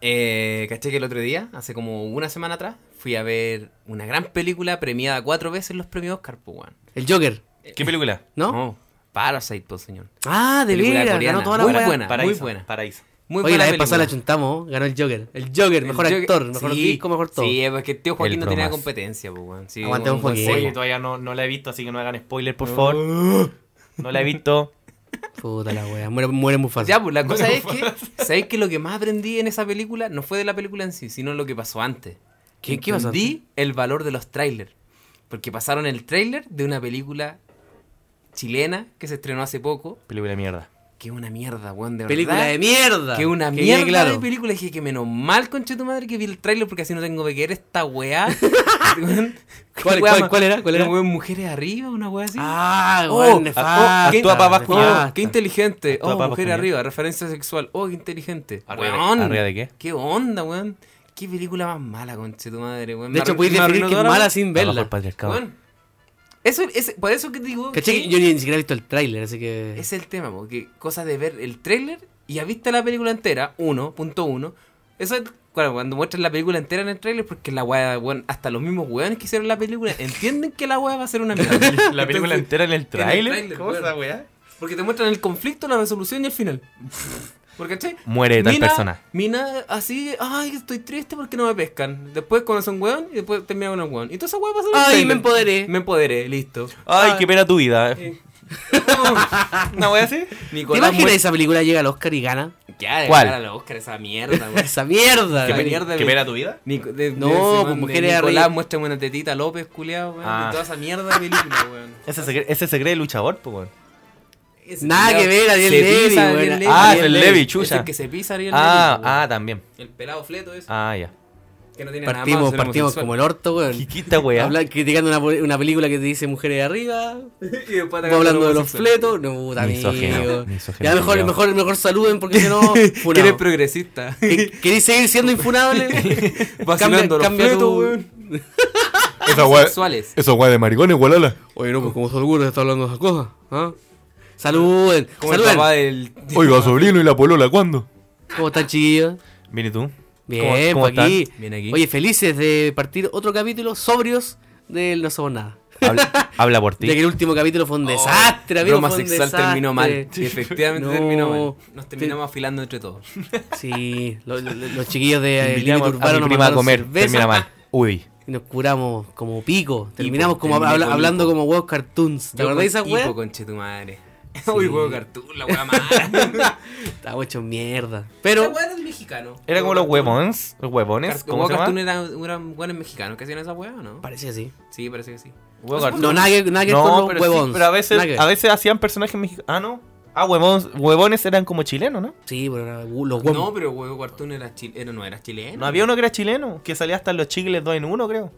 Eh, caché que el otro día, hace como una semana atrás, fui a ver una gran película premiada cuatro veces en los premios Oscar, pues, weón. El Joker, ¿Qué película? ¿no? Parasite, pues, señor. Ah, de Película veras, coreana. ganó toda la Muy wea. buena. Paraíso, buena. Paraíso. Muy Oye, buena la vez pasada la película. chuntamos, ganó el Joker. El Joker, mejor El Joker- actor, mejor sí, actriz, como mejor todo. Sí, es que el tío Joaquín El no tenía bromas. competencia, pues, weón. Sí, Aguante, don buen Joaquín. seco. Oye, Oye, todavía no, no la he visto, así que no hagan spoiler, por favor. No la he visto. Puta la wea, muere, muere muy fácil. Ya, pues la cosa es que, ¿sabéis que lo que más aprendí en esa película no fue de la película en sí, sino lo que pasó antes? ¿Qué- qué pasó Entendí el valor de los trailers. Porque pasaron el trailer de una película chilena que se estrenó hace poco, Película de mierda. que es una mierda, weón, de película verdad. de mierda. Que una quede mierda claro. de película. Dije que menos mal, conche tu madre, que vi el tráiler porque así no tengo que ver esta weá. ¿Cuál- Weá cuál- más- cuál era? ¿Cuál era? Una weá, mujeres arriba, una weá así. Ah, Oh, weón, ah, oh, nefasta. actúa nefasta. Papas Oh, Cuñado. qué inteligente. Toda Oh, papa mujer con arriba, referencia sexual. Oh, qué inteligente. ¿Arriba de- Weón. arriba de qué? ¿Qué onda, weón? ¿Qué película más mala, conche tu madre, weón? De Me hecho, arruin- podéis me definir arruinó que es toda la- mala sin verla. Abajo el patriarcado. Weón. Eso, es, por eso que te digo. Caché que que yo ni, ni siquiera he visto el tráiler, así que. Es el tema, porque cosa de ver el tráiler y ya viste la película entera, 1.1. Eso es claro, cuando muestran la película entera en el tráiler, porque la weá, weón, hasta los mismos weones que hicieron la película entienden que la weá va a ser una mierda. La película Entonces, entera en el tráiler. tráiler, ¿Cómo weón. esa weá? Porque te muestran el conflicto, la resolución y el final. Porque, ¿cachai? Muere tal Mina- persona. Mina así, ay, estoy triste porque no me pescan. Después conoce a un weón y después termina con un weón. Y toda esa weá pasa en el Ay, tráiler. me empoderé. Me empoderé, listo. Ay, qué pena tu vida. ¿Una weá así? ¿Te Nicolás imaginas esa película llega al Oscar y gana? Ya, ¿Cuál? ¿Cuál? los Oscar, esa mierda, weón. Esa mierda. Qué weón. mierda. ¿Qué pena tu vida? Nico- de- No, de ese pues, man de mujeres Nicolás, arriba. muéstrame una tetita López, culiado, weón. Ah. De toda esa mierda de película, weón. Ese se, cree- ese se cree luchador, pues, weón. Ese Nada culiao que ver, Ariel se Levy, pisa, weón. Ariel Ah, Ariel el Levy, chucha. Es el que se pisa Ariel Ah, Levy, weón. ah, también. El pelado fleto ese. Ah, ya. Que no tiene nada más. Partimos, ser partimos homosexual. como el orto, weón. Chiquita, weá. Habla- criticando una, una película que te dice mujeres de arriba, y después vos hablando de los fletos, no puta Misógino, amigo. misógino, Ya mejor, culiao. mejor, mejor saluden porque si no, Que eres funado. progresista. ¿Qué- ¿Queréis seguir siendo infunable? Vacilando los cambia tu- fletos, weón. Esa weá. Sexuales. Esa weá de maricones, gualala. Oye, no, pues como seguro está hablando de esas cosas, ¿ah? Saluden, Como el saluden. papá del. Oiga, sobrino y la polola, ¿cuándo? ¿Cómo están, chiquillos? Mire tú. Bien, ¿Cómo- cómo pues aquí. están? Bien aquí. Oye, felices de partir otro capítulo sobrios del No Somos Nada. Habla, habla por ti. Ya que el último capítulo fue un desastre, amigo. Broma fue un Oh, sexual desastre. terminó mal. Sí, efectivamente No. terminó mal. Nos Te- terminamos afilando entre todos. Sí, lo- lo- lo- los chiquillos eh, de Límite Invitamos a Urbano mi nos prima a mandaron comer. cerveza Termina mal. Ah. Uy. y nos curamos como pico. Terminamos como terminé habla- con hablando hipo. como huevos cartoons. ¿Te Yo acordás de con esa hipo, wea? conche tu madre. Uy, huevo cartoon, la wea mala. Estaba hecho mierda. Pero. La Pero wea del mexicano. Era como los Huevo cartoon. huevones. Los huevones. Car- ¿Cómo Huevo se cartoon llama? era- eran hueones mexicanos que hacían esa wea, ¿o no? parece así. Sí, parece que sí. Huevo No, cartoon. No, nada Ah, que, nada que ver No, con pero, los sí, huevones. pero a veces, Nada que ver. a veces hacían personajes mexicanos. Ah, no. Ah, huevones, huevones eran como chilenos, ¿no? Sí, pero era- uh, los huevos. No, pero huevo cartoon era chil- era- no era chileno. No había uno que era chileno, que salía hasta en los chicles 2 en 1, creo.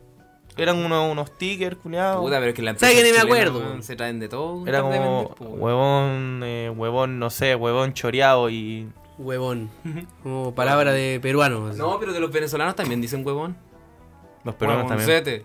Eran uno- unos tickers, culiados. Puta, pero es que la empresa ¿Sabes que ni me chilena, acuerdo? weón, Se traen de todo. Era tratan de como vender, po, weón. huevón, eh, huevón, no sé, huevón choreado y. Huevón. Como palabra de peruano. así. No, pero de los venezolanos también dicen huevón. Los peruanos también. Huevoncete.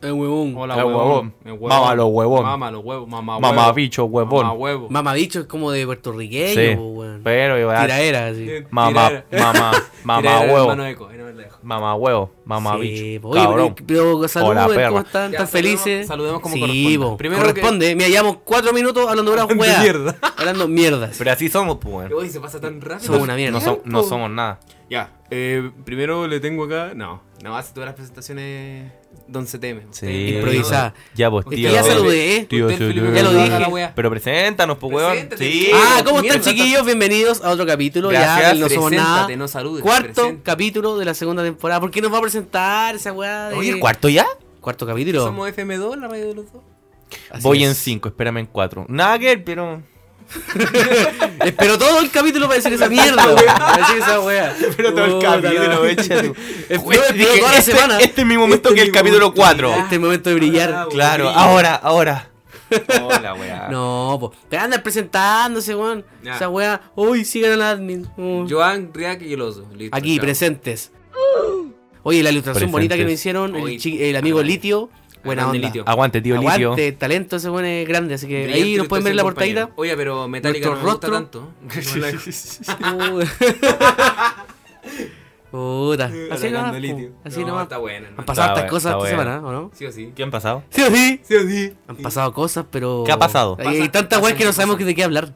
Eh, huevón. Hola, El huevón. huevón. El huevón. Mámalo, huevón. Mámalo, huevo. Mamá, Mamabicho, huevón. Mamá, huevo. Mamabicho es como de puertorriqueño, Sí. po, pues, weón. Pero igual. Tiraera, así. Mamá, Tirar- mamá, mamá tirar el huevo. hermano de Cohen, no me la dejo. Mamá huevo, mamá Sí, bicho. po. Oye, cabrón. pero, pero saluden, Hola, ¿cómo perra. están? Ya, ¿Están saludemos- felices? saludemos como sí, corresponda. po. Primero corresponde. Mira, llevamos cuatro minutos hablando de una Hablando hueá. mierda. Hablando mierdas. Pero así somos, pues, weón. Uy, se pasa tan rápido. Somos una mierda. Pues. No, so- no somos nada. Ya, eh, primero le tengo acá. No, no hace todas las presentaciones Don Seteme. Sí. Improvisada. Ya, pues, Es que tío. ya tío, saludé, ¿eh? tío, Usted, Felipe, tío. Ya lo haga dije. la wea. Pero preséntanos, pues, weón. Preséntate, Sí. tío. Ah, ¿cómo están, Mierda. chiquillos? Bienvenidos a otro capítulo. ya, Gracias, del no somos nada. preséntate, no saludes, Cuarto presenta. capítulo de la segunda temporada. ¿Por qué nos va a presentar esa weá? De... Oye, ¿el cuarto ya? Cuarto capítulo. Somos FM2, la radio de los dos. Así Voy en es. 5, espérame en 4. Nada que ver, pero. Espero todo el capítulo para decir esa mierda. para decir esa weá. Pero todo el Puta, Este capítulo, weón. echa tú. Es- no, es- Dije, toda la este, semana. este es mi momento que el capítulo 4. Este es el momento de brillar. Ah, Claro, Brilla. ahora, ahora. Hola, weá. No, po. Pero andan presentándose, weón. Ya. Esa weá. Uy, sigan al admin. Oh. Joan, Riak y el oso. Listo, Aquí, chao. presentes. Oye, la ilustración Presentes. bonita que nos hicieron, el, Oye, chi- el amigo grande. Litio. Buena Grande onda. Litio. Aguante, tío Litio. Aguante, talento, ese weón es grande. Así que Brillante ahí nos pueden ver la ilustración, portadita. compañero. Oye, pero Metallica no me gusta Nuestro tanto. Sí, sí, sí, sí. Uh, Puta. Así Atacando nomás. po. litio. Así no, nomás. está bueno, Han hermano. pasado Está estas bueno, cosas está esta bueno. semana, ¿o no? Sí o sí. ¿Qué han pasado? Sí o sí. Sí o sí. Han pasado cosas, pero. ¿Qué ha pasado? Hay, hay tantas weas que no sabemos que de qué hablar.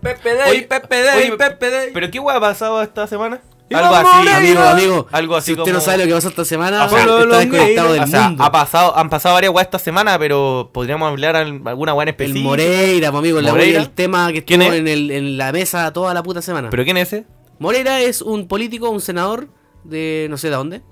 Pepe Day, Oye, Pepe Day, oye, Pepe Day. ¿Pero qué hueá ha pasado esta semana? Y Algo vamos así. ahora, y Amigo, vamos. amigo. Algo así Si usted no como- sabe lo que pasó esta semana, O sea, está desconectado del O sea, mundo. ha pasado, han pasado varias weas esta semana, pero podríamos hablar al- alguna wea en El específico. Moreira, pues, amigo, la Moreira. el tema que ¿Quién estuvo es? en, el- en la mesa toda la puta semana. ¿Pero quién es ese? Moreira es un político, un senador de no sé de dónde,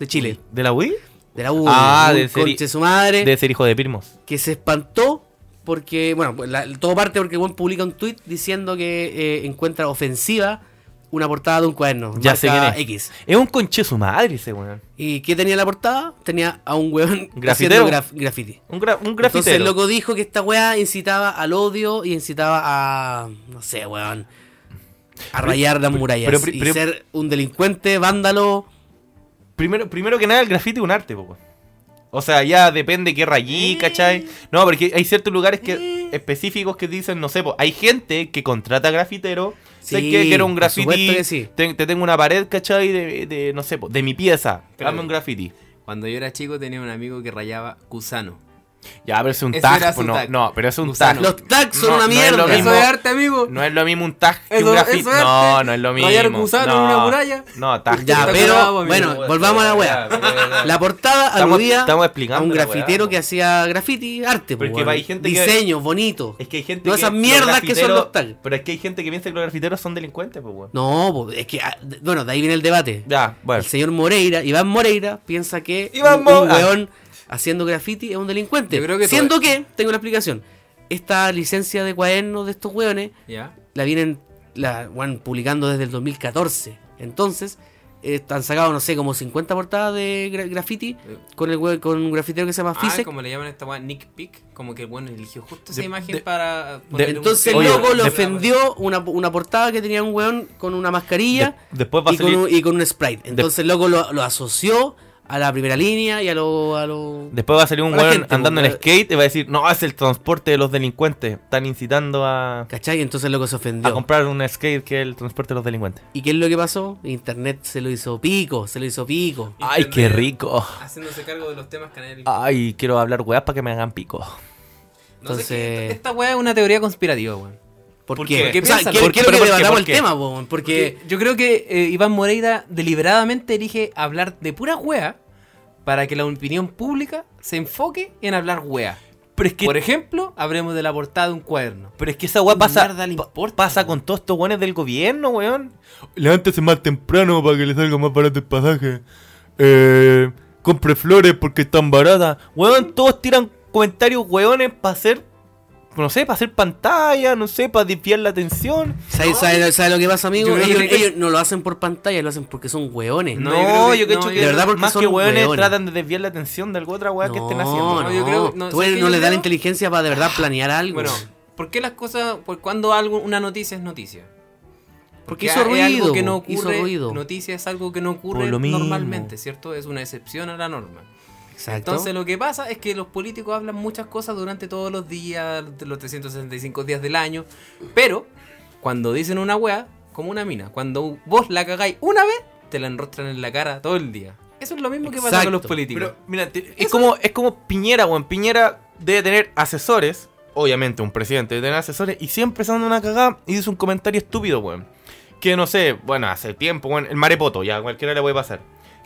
de Chile, ¿De la UI? de la U, Ah, un de ser- conche su madre, De ser hijo de Pirmos. que se espantó porque, bueno, pues, la- todo parte porque Juan publica un tweet diciendo que eh, encuentra ofensiva una portada de un cuaderno, Ya sé marca quién X. Es un conche su madre ese weón. ¿Y qué tenía la portada? Tenía a un weón Grafitero. haciendo graf- graffiti. Un, gra- Entonces un el grafitero. loco dijo que esta weá incitaba al odio y incitaba a. no sé, weón. A rayar las murallas. pero- pero- y ser un delincuente, vándalo. primero, primero que nada, el grafiti es un arte, po, weón. O sea, ya depende qué rayí, ¿cachai? No, porque hay ciertos lugares que específicos que dicen, no sé, po, hay gente que contrata grafitero. Sí, sé que quiero un por supuesto grafiti. que sí. Te, te tengo una pared, ¿cachai? De, de- no sé, po, de mi pieza. Claro. Dame un grafiti. Cuando yo era chico tenía un amigo que rayaba gusano. Ya, pero es un Ese tag, era po, su no, tag. no, pero es un Gusano. tag. Los tags son No, una no es mierda. lo mismo. Eso es arte, amigo. No es lo mismo un tag que Eso- un grafiti. eso es No, arte. no es lo mismo. Rayar gusano en no, una muralla. No, tag. Ya, Está curado, pero amigo. bueno, volvamos a la weá. La portada Estamos- aludía estamos a explicando un la weá, grafitero po. que hacía graffiti, arte. po, Porque weón. hay gente que- Diseño, bonito. Es que hay gente No, que. esas los mierdas que son grafiteros- los tags. Pero es que hay gente que piensa que los grafiteros son delincuentes, pues, weón. No, po, es que. ah, de- Bueno, de ahí viene el debate. Ya, bueno. El señor Moreira, Iván Moreira, piensa que Iván un, Mo- ah. un weón haciendo graffiti es un delincuente. Yo creo que Siendo que, tengo la explicación, esta licencia de cuadernos de estos weones Ya. la vienen la, weón, publicando desde el 2014. Entonces, eh, han sacado, no sé, como 50 portadas de gra- graffiti con el weón- con un grafitero que se llama Ah, Fisek. como le llaman a esta weá, Nick Pick, como que bueno eligió justo esa De- imagen de- para De- un- Entonces el Oye, loco le de- ofendió una, una portada que tenía un weón con una mascarilla De- después va a y, con salir- un, y con un sprite. Entonces el loco lo, lo asoció a la primera línea y a lo... A lo... Después va a salir un Para la weón gente, andando en porque- skate y va a decir, no, es el transporte de los delincuentes. Están incitando a, ¿Cachai? Entonces el loco se a ofendió. comprar un skate que es el transporte de los delincuentes. ¿Y qué es lo que pasó? Internet se lo hizo pico, se lo hizo pico. Ay, qué Internet rico. Haciéndose cargo de los temas canales. Ay, quiero hablar weas para que me hagan pico. No sé Entonces- qué- esta weá es una teoría conspirativa, weón. ¿Por, ¿Por qué? qué? O sea, Piénsalo. quiero, ¿Por qué? quiero que ¿Pero por qué? debatamos ¿Por el qué? tema, po, porque... Yo creo que eh, Iván Moreira deliberadamente elige hablar de pura wea para que la opinión pública se enfoque en hablar wea. Pero es que, Por ejemplo, hablemos de la portada de un cuaderno. pero es que esa wea pasa, Mierda, le pa- importa, pasa weón. con todos estos weones del gobierno, weón. Levántese más temprano para que le salga más barato el pasaje. Eh, compre flores porque están baratas. Weón, todos tiran comentarios weones para hacer, no sé, para hacer pantalla, no sé, para desviar la atención. ¿Sabes sabe, sabe lo que pasa, amigo? Yo creo Ellos, que- ellos no lo hacen por pantalla, lo hacen porque son hueones. No, No, yo creo que- yo creo que, no, yo- de verdad porque más son que weones, hueones. tratan de desviar la atención de alguna otra wea que estén haciendo. No, No, yo creo- no, Tú ¿sabes eres- qué no yo le da la creo? Ah, inteligencia para de verdad planear algo. Bueno, ¿por qué las cosas, por cuando algo, una noticia es noticia? Que porque hizo es algo ruido. que po, no ocurre, hizo ruido. noticia es algo que no ocurre Por lo mismo. normalmente, ¿cierto? Es una excepción a la norma. Exacto. Entonces lo que pasa es que los políticos hablan muchas cosas durante todos los días, los 365 días del año, pero cuando dicen una weá, como una mina, cuando vos la cagáis una vez, te la enrostran en la cara todo el día. Eso es lo mismo que pasa Exacto. con los políticos. Pero, mira, te- es, como, es como Piñera, weón. Piñera debe tener asesores. Obviamente, un presidente debe tener asesores. Y siempre se manda una cagada y dice un comentario estúpido, weón. Que no sé, bueno, hace tiempo, weón. El marepoto, ya cualquiera le puede pasar.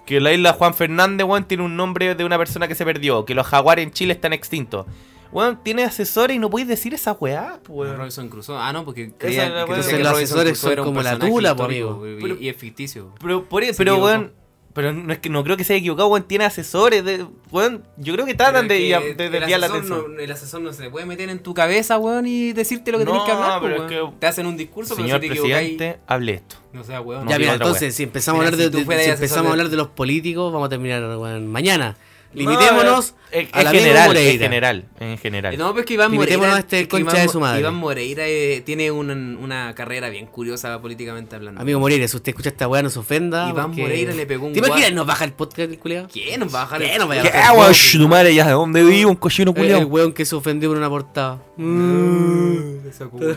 Que la isla Juan Fernández, weón, tiene un nombre de una persona que se perdió. Que los jaguares en Chile están extintos. Weón, tiene asesores y no podéis decir esa weá, weón. Robinson Crusoe. Ah, no, porque creían- es la creían weá. que Entonces, Robinson los asesores Crusoe son era un como la personaje tula, po, histórico, amigo. y- Pero- y es ficticio. Pero, por eso, Se pero equivocó. weón. Pero no, es que, no creo que se haya equivocado, weón. Tiene asesores, de, weón. Yo creo que tratan de, Pero es que de el desviar la asesor atención. no- el asesor no se le puede meter en tu cabeza, weón, y decirte lo que No, tenés que hablar, po, pero es weón. que- Te hacen un discurso, Señor pero si te equivocáis, presidente, hable esto. no sea weón. ya, no, mira, otra entonces, wea. si empezamos, Mira, a hablar de, si tú de- fueras si asesor empezamos a de- hablar de los políticos, vamos a terminar weón, mañana. Limitémonos No, es- a es la general, Moreira. en general, en general. No, pues que Iván Limitémonos Moreira. a este es que concha Iván, de Mo- su madre. Iván Moreira eh, tiene un- una carrera bien curiosa políticamente hablando. Amigo Moreira, si usted escucha esta weá, no se ofenda. Iván porque- Moreira le pegó un ¿Te imaginas? guan- ¿Nos baja el podcast, el culiao? ¿Quién nos va a bajar? ¿Qué el- nos va a ¿Qué bajar? agua, sh- tu Ah, madre, ya de dónde vivo, un Eh, cochino El, el culiao? weón que se ofendió por una portada. Mm, esa cuba.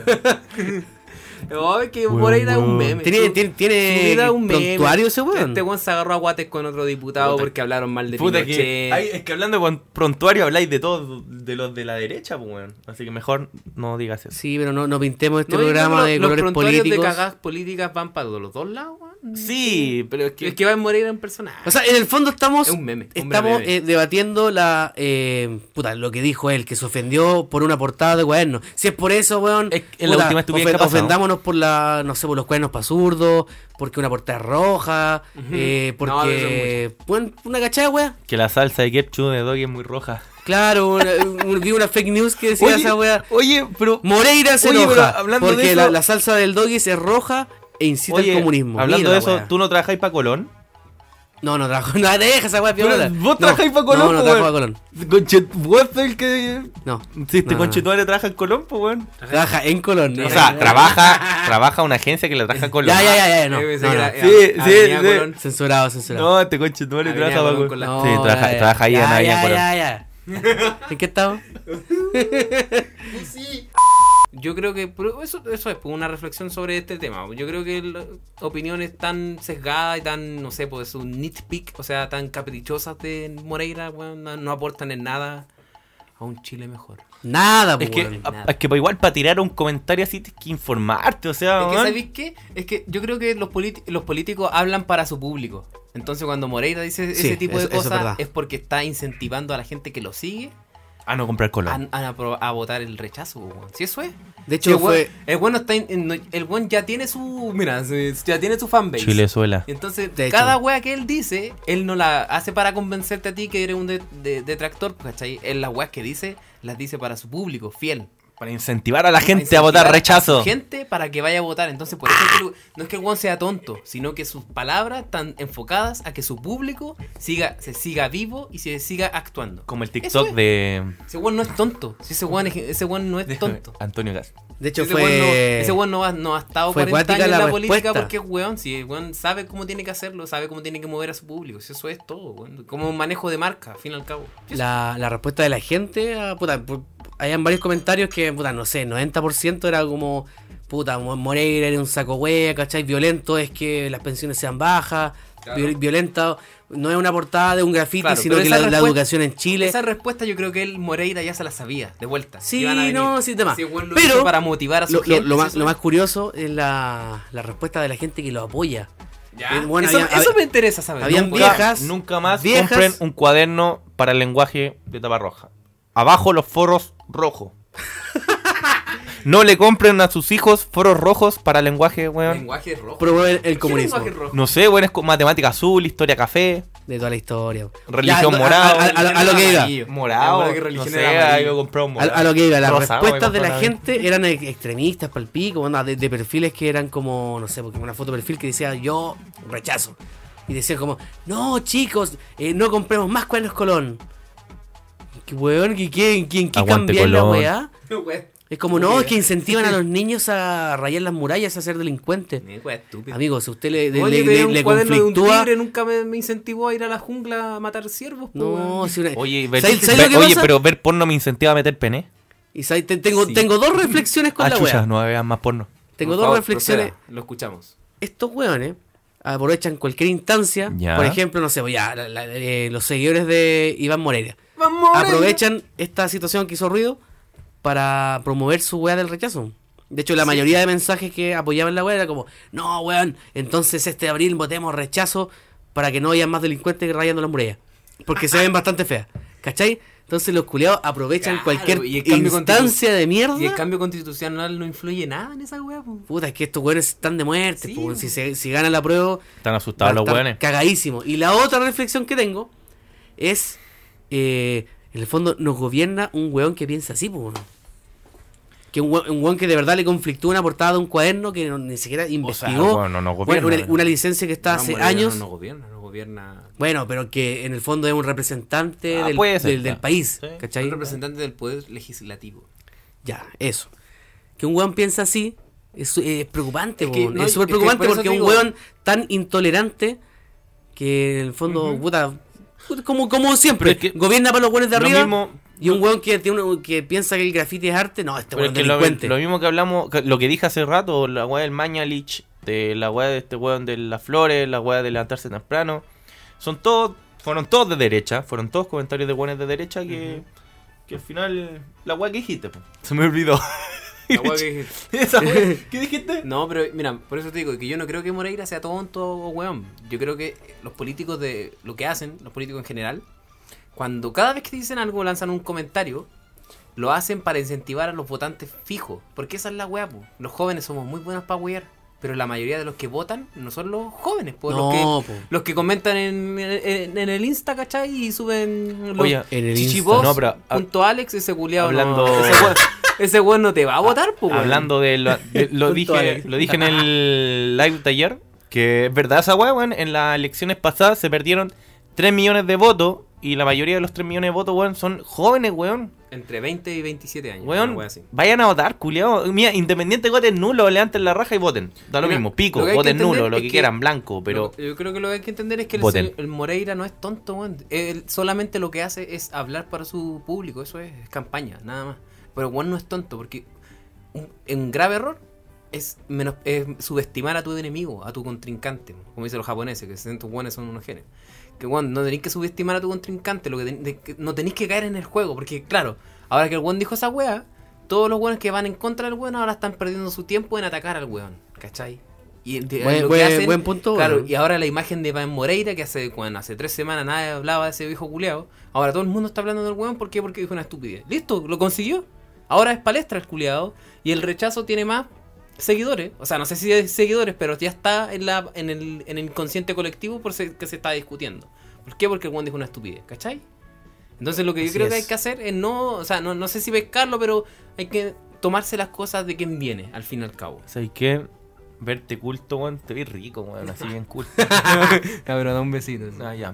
Ay, que por ahí era un meme. Tiene, Su- tiene, su vida tiene era un meme. Eh, prontuario ese weón. Este weón se agarró a guates con otro diputado Puta porque hablaron mal de Puta Pinochet. que. este ay, es que hablando con prontuario habláis de todos de los de la derecha, pues, weón. Así que mejor no digas eso. Sí, pero no, no pintemos este No, yo programa creo que de los- los colores prontuarios políticos. de cagadas políticas van para los dos lados, weón. Sí, pero es que. Es que va a morir en personaje. O sea, en el fondo estamos, Es un meme, hombre estamos meme. eh, debatiendo la eh, puta, lo que dijo él, que se ofendió por una portada de cuaderno. Si es por eso, weón, Es que es la puta, última estupidez que ha pasado. ofendámonos por la, no sé, por los cuadernos para zurdos, porque una portada es roja, eh, porque No, eso weón, una cachada, weón. Que la salsa de ketchup de Doggy es muy roja. Claro, una, un- vi una fake news que decía esa weá. oye, pero. Moreira se Oye, pero enoja hablando de porque eso- la, la salsa del doggy es roja e incita oye, al comunismo. Hablando Mira de la eso, weá. ¿tú no trabajáis para Colón? No, no trajo. No, deja esa weá, piola. vos No, trabajáis para Colón, No, no pues, trajo a weón. Colón. Conchet, vos sos el que. No. Si este No, conchetumare trabaja en Colón, pues, weón. Trabaja en Colón. O ¿no? sea, trabaja, trabaja una agencia que le trabaja en Colón. Ya, ya, ya, ya, no. Yo pensé no, que no. Eh, pues, era- Sí, era sí, Avenida sí. Colón. Censurado, censurado. No, este conchetumare Avenida trabaja Colón con para Colón. la- No, Sí, trabaja- ya, trabaja ahí ya, en Avenida ya, Colón. Ya, ya, ¿En qué estamos? Yo creo que pero eso, eso es pues, una reflexión sobre este tema. Yo creo que las opiniones tan sesgadas y tan, no sé, pues un nitpick, o sea, tan caprichosas de Moreira, weón, no, no aportan en nada a un Chile mejor. Nada, pues. Es que, weón. a- es que pa' igual para tirar un comentario así tienes que informarte, o sea, Es que, weón. ¿sabéis qué? Es que yo creo que los, politi- los políticos hablan para su público. Entonces, cuando Moreira dice Sí, ese tipo eso- de eso es cosas, verdad. es porque está incentivando a la gente que lo sigue a Ah, no comprar a, Colón. a apro- a votar el rechazo, weón. Si eso es. Si De hecho, el weón- fue. el bueno está in- en- el weón ya tiene su. Mira, se- ya tiene su fanbase. Chilezuela. Entonces, De hecho. cada wea que él dice, él no la hace para convencerte a ti que eres un de- de- detractor, ¿cachai? Él las weas que dice, las dice para su público, fiel. Para incentivar a la Para gente a votar incentivar rechazo. Gente para que vaya a votar. Entonces, por eso Ah. es que lo- no es que el weón sea tonto, sino que sus palabras están enfocadas a que su público siga, se siga vivo y se siga actuando. Como el Eso TikTok es. de Ese weón no es tonto. Si ese weón, es- ese weón no es tonto. Antonio Gas. De hecho, ese weón no, fue. ese weón no ha, no ha estado fue 40 cuática años en la la política respuesta. porque es weón. Si el weón sabe cómo tiene que hacerlo, sabe cómo tiene que mover a su público. Si eso es todo, weón. Como un manejo de marca, al fin y al cabo. la, la respuesta de la gente, ah, puta, pu- habían varios comentarios que, puta, no sé, 90% era como, puta, Mo- Moreira era un saco hueá, ¿cachai? Violento es que las pensiones sean bajas, viol- violenta, no es una portada de un graffiti, Claro, sino pero que esa la, la respuesta- educación en Chile. Esa respuesta yo creo que él, Moreira, ya se la sabía, de vuelta. Sí, que iban a venir. no, sí, tema. Ese weón lo Pero- hizo para motivar a su Lo, lo- gente. lo si más, eso es- lo más curioso es la, la respuesta de la gente que lo apoya. Ya. Eh, bueno, eso, había- eso hab- me interesa saber. habían ¿no? viejas- nunca más viejas- compren un cuaderno para el lenguaje de tapa roja. Abajo los forros rojo. no le compren a sus hijos forros rojos para el lenguaje, Weón, weón. Lenguaje rojo. Promueve el ¿Qué comunismo. lenguaje rojo? No sé, weón, es con matemática azul, historia café, De toda la historia. Religión no, a- morado. A, a- a lo que iba. Amarillo. Me morado, acuerdo que no religión sé, era amarillo. algo comprado un A, morado. a lo que iba, las Rosado, respuestas de weón, la para- gente eran ex- extremistas, palpico, onda, de, de perfiles que eran como, no sé, porque una foto de perfil que decía yo rechazo. Y decía como, no chicos, eh, no compremos más cuernos Colón. Que weón, que quieren, quién, qué Aguante cambiar la Colón. weá. Weón, Es como, no, es que Estúpida. incentivan a los niños a rayar las murallas, a ser delincuentes. Ni weón, estúpido. Amigo, si usted le, le, Oye, le- tenía le- un le cuaderno de un conflictúa... tigre, nunca me, me incentivó a ir a la jungla a matar ciervos. po, No, weón. si una... Oye, ver- ¿Sabes- sabes lo ver- que oye, pasa? pero ver porno me incentiva a meter pene. Y sabes, te- tengo, Sí. tengo dos reflexiones con Ah, la chucha, weá. no vean más porno. Tengo Por dos favor, reflexiones. proceda, Lo escuchamos. estos weones aprovechan cualquier instancia, Ya. por ejemplo, no sé, ya, la- la- eh, los seguidores de Iván Moreira, aprovechan esta situación que hizo ruido para promover su weá del rechazo. De hecho, la mayoría de mensajes que apoyaban la weá era como, no, weón, entonces este abril votemos rechazo para que no haya más delincuentes rayando las murallas. Porque se ven bastante feas, ¿cachai? Entonces los culiados aprovechan Claro, cualquier y el cambio instancia de mierda. Y el cambio constitucional no influye nada en esa weá. po. Puta, es que estos weones están de muerte. Sí, pues. po, weón. si, se- si ganan la prueba, Están asustados los Cagadísimo weones. Y la otra reflexión que tengo es, eh, en el fondo, nos gobierna un weón que piensa así, pues. weón. Que un weón, un weón que de verdad le conflictó una portada de un cuaderno que no- ni siquiera investigó. weón, no nos Bueno, gobierna, una, weón. una licencia que está No, hace Morena años. No, no gobierna, no gobierna. Bueno, pero que en el fondo es un representante Ah, del, puede ser, del- del ya. país. Sí. ¿cachai? Un representante del poder legislativo. Ya, eso. Que un weón piensa así es, es preocupante, Es po, que, es no, súper es que preocupante por eso porque te un digo- weón tan intolerante que en el fondo, puta, puta, como, como siempre, Pero es que gobierna para los weones de Lo arriba mismo, Y un weón que, tiene un- que piensa que el graffiti es arte, no, este Pero weón es es que lo, delincuente. lo mismo que hablamos, que- lo que dije hace rato, la weá del Mañalich, de la weá de este weón de las flores, la weá de levantarse temprano, son todos, fueron todos de derecha, fueron todos comentarios de weones de derecha que, que al final, la weá que dijiste, po. se me olvidó. La weá que dijiste. Esa weá, ¿Qué dijiste? No, pero mira, por eso te digo que yo no creo que Moreira sea tonto o weón. Yo creo que los políticos de lo que hacen, los políticos en general, cuando cada vez que dicen algo lanzan un comentario, lo hacen para incentivar a los votantes fijos. Porque esa es la weá, po. Los jóvenes somos muy buenos para wear. Pero la mayoría de los que votan no son los jóvenes, po, los, que, No, po. los que comentan en, en- en el Insta, ¿cachai? Y suben los Oye, En el chichibos Insta. No, pero- junto a Alex, ese culiado. Hablando- ese, weón, ese weón no te va a votar, po, weón. Hablando de lo, de- lo Punto dije, Alex. lo dije en el live de ayer, que es verdad esa weá, weón, en las elecciones pasadas se perdieron 3 millones de votos y la mayoría de los 3 millones de votos, weón, son jóvenes, weón. Entre 20 y 27 años. Weón, una wea así. vayan a votar, culiao. Mira, independiente voten nulo, levanten la raja y voten. Da lo Mira, mismo, pico, lo que hay que voten nulo, entender lo es que, que- quieran, blanco, pero Lo- yo creo que lo que hay que entender es que el, Voten. señor- el Moreira no es tonto, weón. Él solamente lo que hace es hablar para su público, eso es, es campaña, nada más. Pero Juan no es tonto, porque un, un grave error es, menos, es subestimar a tu enemigo, a tu contrincante, como dicen los japoneses, que se sienten guanes son unos genes. Que Juan, no tenéis que subestimar a tu contrincante, lo que ten- de- que no tenéis que caer en el juego, porque claro, ahora que el Juan dijo esa wea, todos los weones que van en contra del weón ahora están perdiendo su tiempo en atacar al weón, ¿cachai? Y de- lo Buen- que buen- hacen- buen punto, Claro, weón. y ahora la imagen de Van Moreira, que hace, bueno, hace tres semanas nadie hablaba de ese viejo culeado. Ahora todo el mundo está hablando del weón. ¿Por qué? Porque dijo una estupidez. Listo, lo consiguió. Ahora es palestra el culeado. Y el rechazo tiene más seguidores. O sea, no sé si es seguidores, pero ya está en, la, en, el, en el inconsciente colectivo por se- que se está discutiendo. ¿Por qué? Porque el weón dijo una estupidez, ¿cachai? Entonces lo que yo Así creo que es. hay que hacer es no, o sea, no, no sé si pescarlo, pero hay que tomarse las cosas de quien viene, al fin y al cabo. ¿sabes qué? Verte culto, weón, te vi rico, weón, así bien culto. Cabrón, da un besito. ah, ya.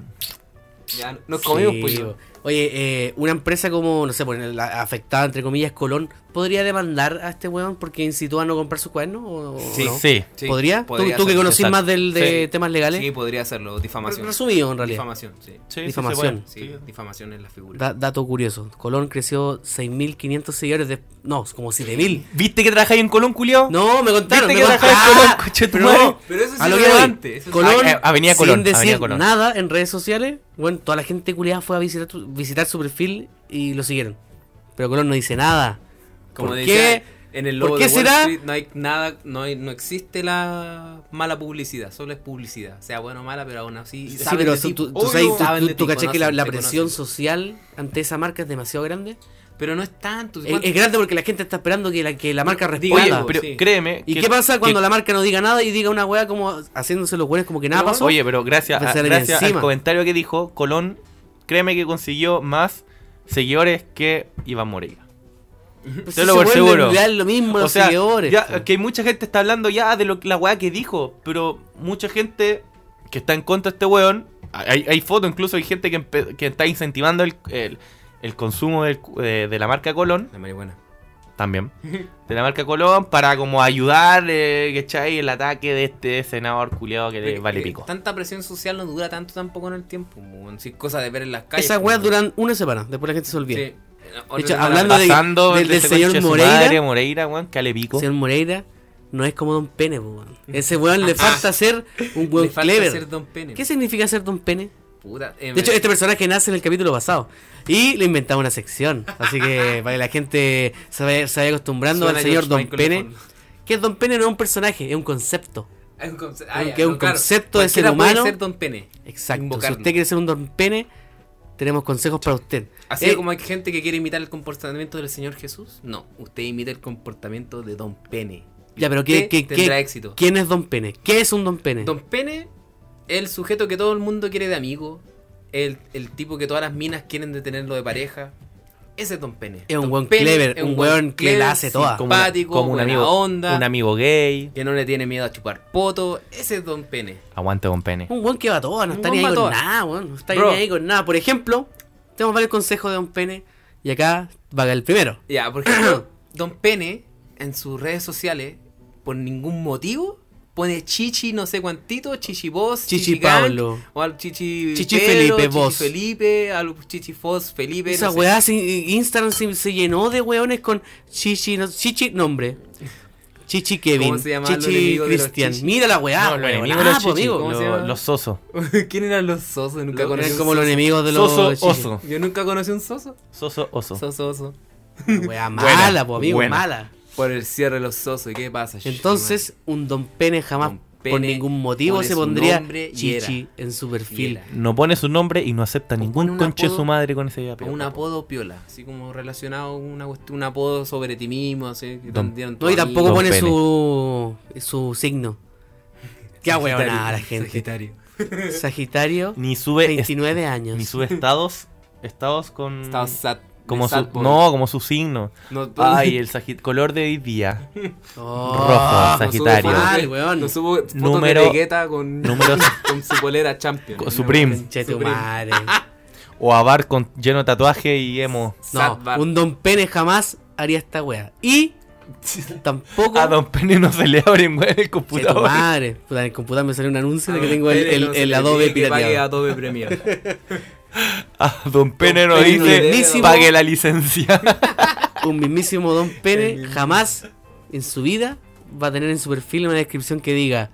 Ya nos comimos, Sí, pues. yo. po. Oye, eh, una empresa como, no sé, por la afectada, entre comillas, Colón, ¿podría demandar a este weón porque incitó a no comprar su cuernos? o- o Sí, no? sí. Sí, ¿Podría? ¿Tú- podría ¿Tú, que ser, conocís exacto. más del, de Sí. temas legales? Sí, podría hacerlo. Difamación. Resumido, en realidad. Difamación, sí. Sí, sí, Difamación. se Sí, puede. Sí. difamación en la figura. Da- dato curioso. Colón creció 6.500 seguidores de... No, como 7.000. ¿Viste que trabajáis en Colón, culiao? No, me contaron. ¿Viste me que contaron. trabajáis en Colón, Ah, coche tu pero madre? no, Pero eso es a lo que irrelevante, voy. eso es- Colón, Ah, eh, Avenida Colón, sin decir Avenida Colón. nada en redes sociales, bueno, toda la gente culiada fue a visitar, tu- visitar su perfil y lo siguieron. Pero Colón no dice nada. Como ¿Por decía, qué? en el ¿Por logo qué de Wall será? Street no hay nada, no, hay- no existe la mala publicidad, solo es publicidad, sea buena o mala, pero aún así Sí, saben pero de tú, ti, tú, obvio, tú sabes- tú- saben tú- de tú ti, cachai que la, conocen, la te presión conocen. social ante esa marca es demasiado grande. Pero no es tanto. Es, es grande porque la gente está esperando que la, que la marca Pues, Diga responda. Oye, algo, pero sí. créeme. ¿Y que- qué pasa que- cuando la marca no diga nada y diga una weá como haciéndose los buenos como que nada Pero, pasó? Oye, pero gracias, a- Pensar en gracias al encima. comentario que dijo Colón, créeme que consiguió más seguidores que Iván Moreira. Pues te ese lo weón le seguro. da lo mismo a O los sea, seguidores. pues. ya, que mucha gente está hablando ya de lo, la weá que dijo, pero mucha gente que está en contra de este weón, hay, hay fotos incluso, hay gente que, empe- que está incentivando el, el- el consumo del cu- de, de la marca Colón, La marihuana. también, de la marca Colón, para como ayudar, eh, ¿cachai? El ataque de este senador culiado Eh, que le Pero vale que pico. eh, Tanta presión social no dura tanto tampoco en el tiempo. pues, weón. Sí, cosas de ver en las calles. pues, Esas weas weas duran una semana, después la gente se Eh, olvida. Otra hecho, semana hablando más. de- Pasando del- de del ese señor conche de su Moreira. madre, Moreira, weón, que vale pico. Señor Moreira no es como Don Pene, po, weón. Ese weón Ah, le falta ser un Le weón falta clever. ser Don Pene. ¿Qué significa ser Don Pene? Puta, eh, De hecho, me- este personaje nace en el capítulo pasado. Y le inventaba una sección. Así que para que la gente se vaya, se vaya acostumbrando suena al señor George Don Michael de Pene. fondo. Que Don Pene no es un personaje, es un concepto. Es un, conce- Creo ya, que es un claro. concepto de Cualquiera ser puede humano. ser Don Pene. Exacto. Invocarlo. Si usted quiere ser un Don Pene, tenemos consejos para usted. Así Eh, como hay gente que quiere imitar el comportamiento del Señor Jesús, no, usted imita el comportamiento de Don Pene. ya, pero usted ¿qué, qué- qué- tendrá éxito. ¿quién es Don Pene? ¿Qué es un Don Pene? Don Pene es el sujeto que todo el mundo quiere de amigo, el, el tipo que todas las minas quieren de tenerlo de pareja. Ese es Don Pene. Es un Don weón Pene clever, es un weón que la hace toda. Como una- Simpático, como un buena amigo, onda. un amigo gay. Que no le tiene miedo a chupar poto. Ese es Don Pene. Aguante Don Pene. Un weón que va a todas, no Un está weón ni ahí va a con todas. nada, weón. No está Bro. ni ahí con nada. Por ejemplo, tenemos varios consejos de Don Pene. Y acá va el primero. Ya, por ejemplo, Don Pene en sus redes sociales, por ningún motivo, pone chichi, no sé cuántito, chichi vos, Chichi Gang, Pablo. o al chichi, Chichi Pedro, Felipe chichi Vos. Felipe, al chichi Foz, Felipe. Esa no sé. weá, se- Instagram se, se llenó de weones con chichi, no- chichi nombre. Chichi Kevin, ¿Cómo se llamaban los chichi enemigos de los Cristian. chichis? Mira la weá, no, los weón. enemigos Ah, de los pues, chichis, amigo. ¿cómo lo- se llama? los sosos. ¿Quién eran los sosos? Nunca Lo- conocí eran un como los soso. enemigos de los Soso, chichis. oso. Yo nunca conocí un soso. Soso, oso. Soso, oso. Una Weá mala, Buena, pues, amigo, buena. mala. Por el cierre de los sosos, ¿y qué pasa? Entonces, un Don Pene jamás Don por Pene ningún motivo pone se su pondría nombre y chichi en su perfil. Era. No pone su nombre y no acepta pone ningún un conche de apodo- su madre con ese A apellido. un apodo piola, así como relacionado con una cuest- un apodo sobre ti mismo, así. que Don- te dieron tu No, y amigo. tampoco Don pone Pene. su, su signo. Qué weá, la gente. Sagitario. Sagitario, Ni sube, est- 29 años. ni sube estados, estados con... Estaba sad. como de su, sad boy. no, como su signo. No, tú- Ay, el sagit- color de hoy día. Oh, Rojo. Sagitario. No Ah, subo Mal, fotos, weón. No subo fotos Número- de Vegeta con, número- con su polera champion. Con su prim. Conche tu Supreme. madre. O abar con lleno de tatuaje y emo. No, un Don Pene jamás haría esta wea. Y tampoco. A Ah, Don Penny no se le abren güey, el Che tu computador. madre. Puta, en el computador me salió un anuncio Ah, de que tengo el, el, el Adobe pirateado. Adobe Premiere. A Ah, Don Penny Don no Penny dice, mismísimo. pague la licencia. Un mismísimo Don Pene mismísimo. jamás en su vida va a tener en su perfil una descripción que diga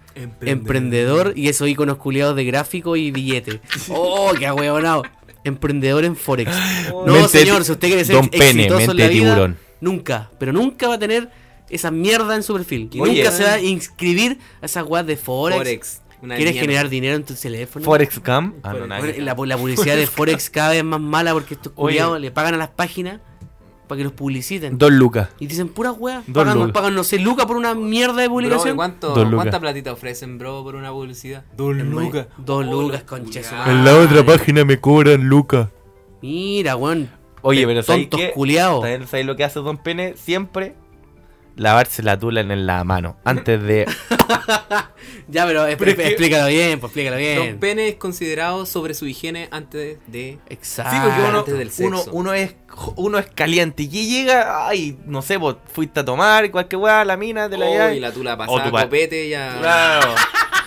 emprendedor y esos iconos culiados de gráfico y billete. Oh, qué ahueonado. Emprendedor en Forex. No, Mente señor, ti- si usted quiere ser Don Pene, exitoso en mente la vida, tiburón. nunca, pero nunca va a tener esa mierda en su perfil. Y Oye. eh. nunca se va a inscribir a esas weas de Forex. Forex. una ¿Quieres mierda. generar dinero en tu teléfono? Forex Cam. Ah, no, Forex- nada. Bueno, La, la publicidad de Forex cada vez más mala porque estos Oye. culiados le pagan a las páginas para que los publiciten. Don Lucas. y dicen puras weas. Dos Pagan, lucas. pagan, no sé, lucas por una mierda de Bro, publicación. ¿cuánto, Dos lucas. ¿Cuánta platita ofrecen, bro, por una publicidad? Dos Lucas. Dos lucas, concha de su madre. En la otra página me cobran Luca. Mira, weón. Oye, pero ¿sabes Tontos qué? culiados. ¿Sabes sabes lo que hace Don Pene? Siempre lavarse la tula en la mano. Antes de... Ya, pero, expl- explícalo bien, pues explícalo Don bien. Pene es considerado sobre su higiene antes de. Exacto. Sí, porque uno, antes del uno- sexo. uno es, uno es caliente. Y que llega, ay, no sé, vos fuiste a tomar cualquier weá, la mina de la Oh, llave. y la tula O pasada, tu pa- copete ya. Claro.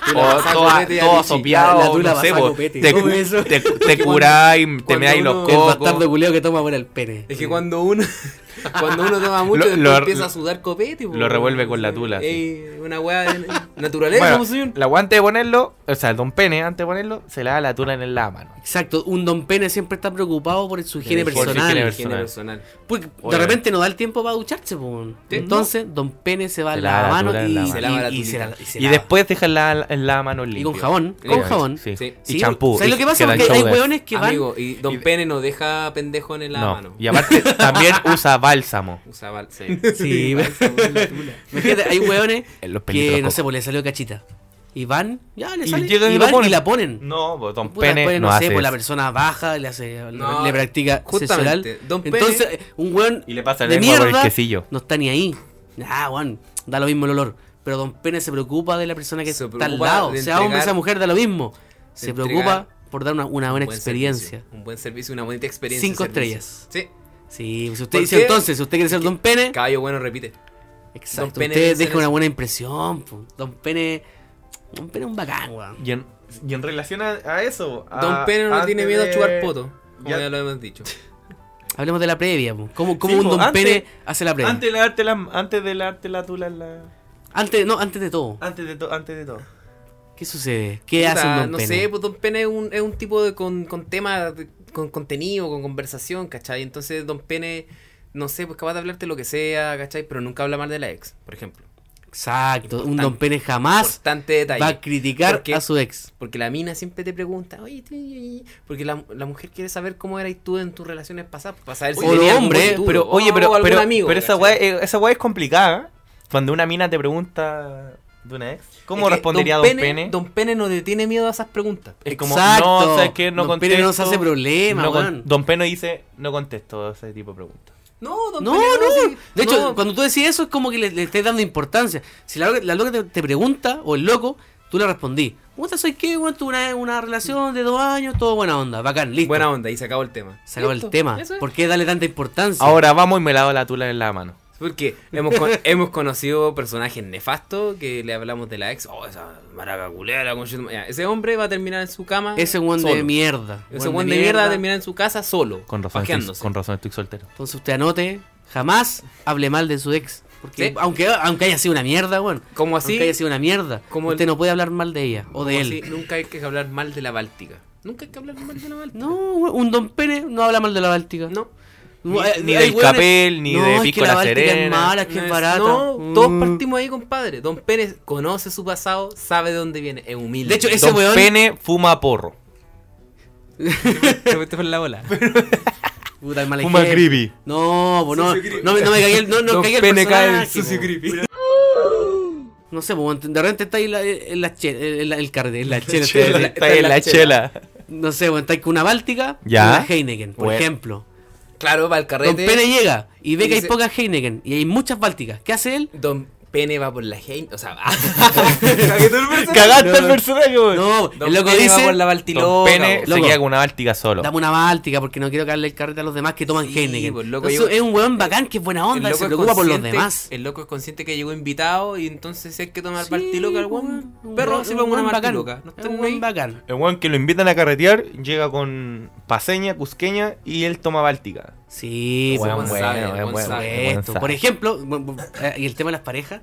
Tú la O pasás toda, copete y a Oh, todo Luchi. sopeado, La tula no sé, pasada vos, copete, te, todo cu- eso. te, te curáis, te cuando meáis uno- los El Coco. bastardo culiado que toma fuera el pene. Es que cuando uno cuando uno toma mucho, Lo- después lo- empieza a sudar copete. po. lo revuelve con la tula, sí. Ey, Una weá de naturaleza, Bueno, po, señor. la guante de ponerlo, o sea, el don pene, antes de ponerlo, se lava la tula en la mano. Exacto, un don pene siempre está preocupado por su higiene Por su personal. higiene Higiene personal. Porque de Oye. repente no da el tiempo para ducharse, po, weón. Sí. Entonces, don Pene se va a Se la lava la mano tula en y la y- mano. Se lava la y se tulita. la- y se Y lava. después dejan la, la mano limpia. Y con jabón, Sí, con jabón. Sí. Sí. Y Sí, champú. ¿Sabes lo y que pasa? quedan Porque hay shoulders. weones que van. Amigo, y Don Pene nos deja pendejo en la No, mano. y aparte también usa bálsamo. Usaba el- Sí, bálsamo en la tula. Imagínate, hay weones En los que pelitos no sé, pues le salió cachita. Y van, ya le Y sale. llegan Y, y lo van y ponen. la ponen. No, pues, don Puta, pene después, no, no, sé, hace pues la eso. persona baja, le hace, No, le practica sexo oral. justamente, don Pene- Entonces, un weón Y le pasa de lengua por el mierda quesillo. no está ni ahí. Ah, weón, da lo mismo el olor. Pero Don Pene se preocupa de la persona que Se está al preocupa lado. de Sea hombre, entregar- sea mujer, da lo mismo. Se entregar preocupa por dar una, una buena Un buen experiencia. servicio, un buen servicio, una bonita experiencia. Cinco servicio. estrellas. Sí. Sí, pues, si usted ¿Por dice qué? entonces, si usted quiere ser Don Pene, Caballo bueno, repite. exacto, Don Pene debe usted ser deja una ese. buena impresión. po. Don Pene, Don Pene es un bacán, weón. Y en, y en relación a, a eso. a- Don Pene no Ah, antes tiene miedo de- a chupar poto. Como Ya- ya lo hemos dicho. Hablemos de la previa, po. ¿Cómo, cómo Sí, un po, Don antes- Pene hace la previa? Antes de lavarte la, antes de lavarte la tula en la. Antes, no, antes de todo. Antes de, to- antes de todo. ¿Qué sucede? ¿Qué Puta, hace un don no pene? sé, pues Don Pene es un, es un tipo de con, con tema, de- con contenido, con conversación, ¿cachai? Entonces Don Pene, no sé, pues capaz de hablarte lo que sea, ¿cachai? Pero nunca habla mal de la ex, por ejemplo. Exacto, un Importante. don pene jamás Importante detalle. va a criticar Porque- a su ex. Porque la mina siempre te pregunta, oye, tú- y- y-". porque la, la mujer quiere saber cómo eras tú en tus relaciones pasadas, pues, para saber si O tenía el algún hombre, futuro, Pero, o- oye, pero, o algún pero, amigo, pero esa ¿cachai? weá eh, es- esa weá es complicada. ¿eh? Cuando una mina te pregunta de una ex, ¿cómo Es que respondería Don Pene? Don Pene no le tiene miedo a esas preguntas. Es como, Exacto. no, ¿sabes qué? No Don contesto. Pene no se hace problema, no con- weón. Don Pene dice, no contesto ese tipo de preguntas. No, Don No, Pene no, sí, de hecho, no. cuando tú decís eso es como que le, le estés dando importancia. Si la, loca- la loca te, te pregunta, o el loco, tú le respondí. ¿Cómo soy qué? Bueno, tuve una, una relación de dos años, todo buena onda, bacán, listo. Buena onda, y se acabó el tema. Se acabó el Listo, tema. eso es. ¿Por qué darle tanta importancia? Ahora vamos y me lavo la tula en la mano. Porque hemos, con- hemos conocido personajes nefastos que le hablamos de la ex. Oh, esa maraca culera. conche tu- Ya, Ese hombre va a terminar en su cama. Ese weón de solo. mierda. Ese weón de mierda va a terminar en su casa solo. Con razón, estoy, pajeándose. con razón estoy soltero. Entonces usted anote, jamás hable mal de su ex. Porque Sí. aunque, aunque haya sido una mierda, weón. Como así, Aunque haya sido una mierda. como usted el- no puede hablar mal de ella o de como él. así, nunca hay que hablar mal de la Báltica. Nunca hay que hablar mal de la Báltica. No, weón, un Don Pérez no habla mal de la Báltica. No. Ni, Eh, ni hay del weones- Capel, ni No, de es que Pico la la, Báltica es Serena. mala. Ah, que es No es- barata. No, todos Mm. partimos ahí, compadre. Don Pérez conoce su pasado, sabe de dónde viene, es humilde. De hecho, ese Don weón- Pene fuma porro. Te metiste por la bola. Puta, el mal Fuma ejemplo. gribi. No, pues no, no, me- no me caí el, no, no Don caí el Pene cae el personaje, sucio po. creepy. No sé, pues de repente está ahí la, en la chela, en la- el carne, en la chela, está- Chela, está en la chela. no sé, pues está ahí con una Báltica Ya. y una Heineken, por Bueno. ejemplo. Claro, va al carrete. Don Pérez llega y ve Y que hay dice- pocas Heineken y hay muchas Bálticas. ¿Qué hace él? Don Pene va por la gente. O sea, cagué todo el personaje. Cagaste No, el no. personaje, weón. No, Don el loco Pene va dice, por la Baltiloca. Don Pene se loco. queda con una báltica solo. dame una Báltica porque no quiero caerle el carrete a los demás que toman Sí, Heineken. pues, loco, yo- Entonces, es un weón bacán que es buena onda, se es preocupa por los consciente- demás. El loco es consciente que llegó invitado y entonces si hay que tomar Sí, Baltiloca al weón, pues, weón. un Perro, weón- si un vamos a weón una bacán, Baltiloca. No es está un ahí. weón bacán. El weón que lo invitan a carretear llega con paseña, cusqueña y él toma báltica. Sí, Weón, pues, weón, sabe, weón sabe. Por esto. Por ejemplo, bu- bu- eh, y el tema de las parejas,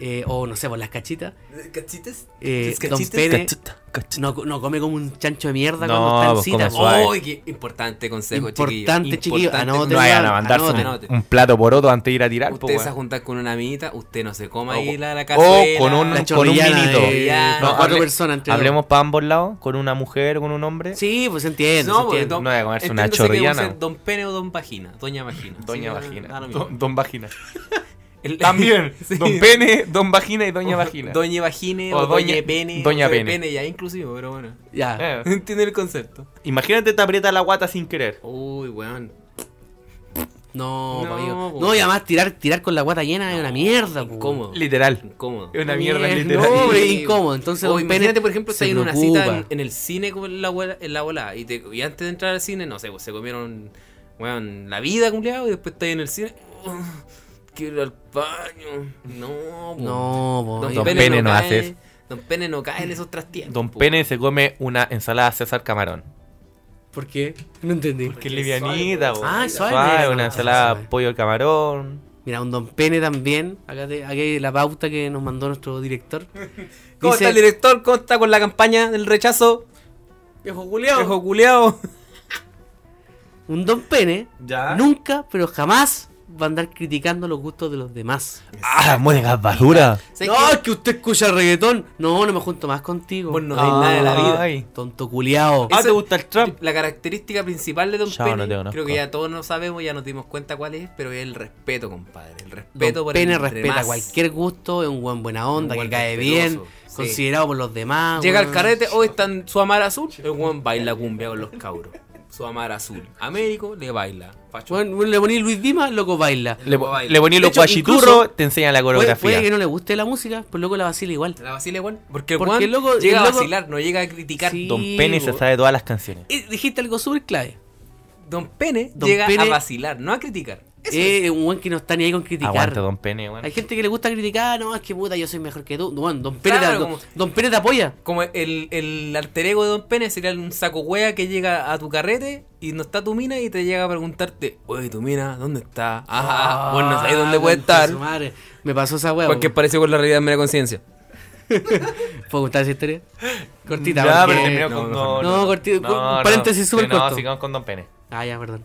eh, o no sé, por las cachitas, ¿Cachitas? eh, ¿Cachitas? Don Pérez no, no come como un chancho de mierda No, cuando está en pues, cita. come po. suave. ¡Oh, qué importante consejo, Importante, chiquillo, chiquillo! anoten. No vayan a mandarse Anote, un- anote. un plato por otro antes de ir a tirar, po, Usted se weón. junta con una amiguita, usted no se coma O ahí con- la, la cazuela. o con Oh, La un, con un chorrillana, minito. eh, No, con cuatro hable- personas entre Hablemos para ambos lados, con una mujer, con un hombre. Sí, pues se entiende. se No, porque entiende. don- No voy a comerse una entiéndase que debe chorrillana. ser Don Pene o Don Vagina. Doña Vagina. Doña Sí, Vagina. da lo mismo. Don, don Vagina. El- También. Sí. Don Pene, Don Vagina y Doña O Vagina. Doña Vagine O o, Doña, Doña- Pene. Doña o sea, Pene. ya inclusivo, pero bueno. Ya. Eh, Entiende el concepto. Imagínate te aprieta la guata sin querer. Uy, weón. No, No, amigo. po. No, y además tirar, tirar con la guata llena es una mierda. po. Incómodo. Literal. Incómodo. Es una mierda Mier- literal. No, pero es Sí. incómodo. Entonces, O don Pérez imagínate, por ejemplo, se si hay una preocupa. cita en, en el cine con la abuela, en la abuela y, te- y antes de entrar al cine, no sé, pues se comieron weón, la vida, culiado, y después estás en el cine. "Oh, quiero ir al baño. No, po. No, po, Don, amigo. Pene, no, hace cae, eso. Don Pene no cae en esos trastientos. Don po. Pene se come una ensalada César Camarón. ¿Por qué? No entendí. Que Porque es es livianita, suave, po. Ah, es suave. una Ah, ensalada suave. pollo al camarón. Mira, un Don Pene también. Acá, te- acá hay la pauta que nos mandó nuestro director. ¿Cómo Dice- está el director? ¿Cómo está con la campaña del rechazo? Viejo culiao. Viejo culiao. Un Don Pene Ah. Ya. nunca, pero jamás va a andar criticando los gustos de los demás. ¡Ah, la muegas basura! ¿Sabes no, es que usted escucha reggaetón. No, no me junto más contigo. Vos no sabés nada de la vida. Ay. Tonto culiao. Ah, Ese- ¿te gusta el trap? La característica principal de Don Chao, no Pene, te conozco. creo que ya todos nos sabemos, ya nos dimos cuenta cuál es, pero es el respeto, compadre. El respeto Don por Pene el respeta demás. cualquier gusto, es un buen buena onda, Un que buen cae bien, respetuoso, sí. considerado por los demás. Llega al weón. carrete, hoy está en su amar azul, el weón baila cumbia con los cabros. Su amar azul. Américo le baila. Facho. Weón, weón, le poní Luis Dimas, loco baila. Le, po- le poní De los hecho, incluso- guachiturros, te enseñan la Puede, puede coreografía. que no le guste la música, pues loco la vacila igual. La vacila igual. Porque el Porque weón el loco- llega el a loco- vacilar, no llega a criticar. Sí. Don Pene se bo. sabe todas las canciones. Y dijiste algo súper clave. Don Pene Don llega Pene- a vacilar, no a criticar. Eso es. Eh, un buen que no está ni ahí con criticar. Aguanta, Don Pene, weón. Hay gente que le gusta criticar, no, es que puta, yo soy mejor que tú. Bueno, don Pérez, Claro, te, como- don Pérez te apoya. Como el, el alter ego de Don Pene sería un saco hueá que llega a tu carrete y no está tu mina y te llega a preguntarte, oye, tu mina, ¿dónde está? Ajá, ajá, bueno, Ah, no sabes dónde puede concha de estar. Ah, su madre. Me pasó esa hueá. Porque Porque... pareció con la realidad en mera conciencia. ¿Puedo contar esa historia? Cortita, Ya, porque- pero terminó no, con- mejor no. No, cortito, un paréntesis súper Sí, no, corto. sigamos con Don Pene. Ah, ya, perdón.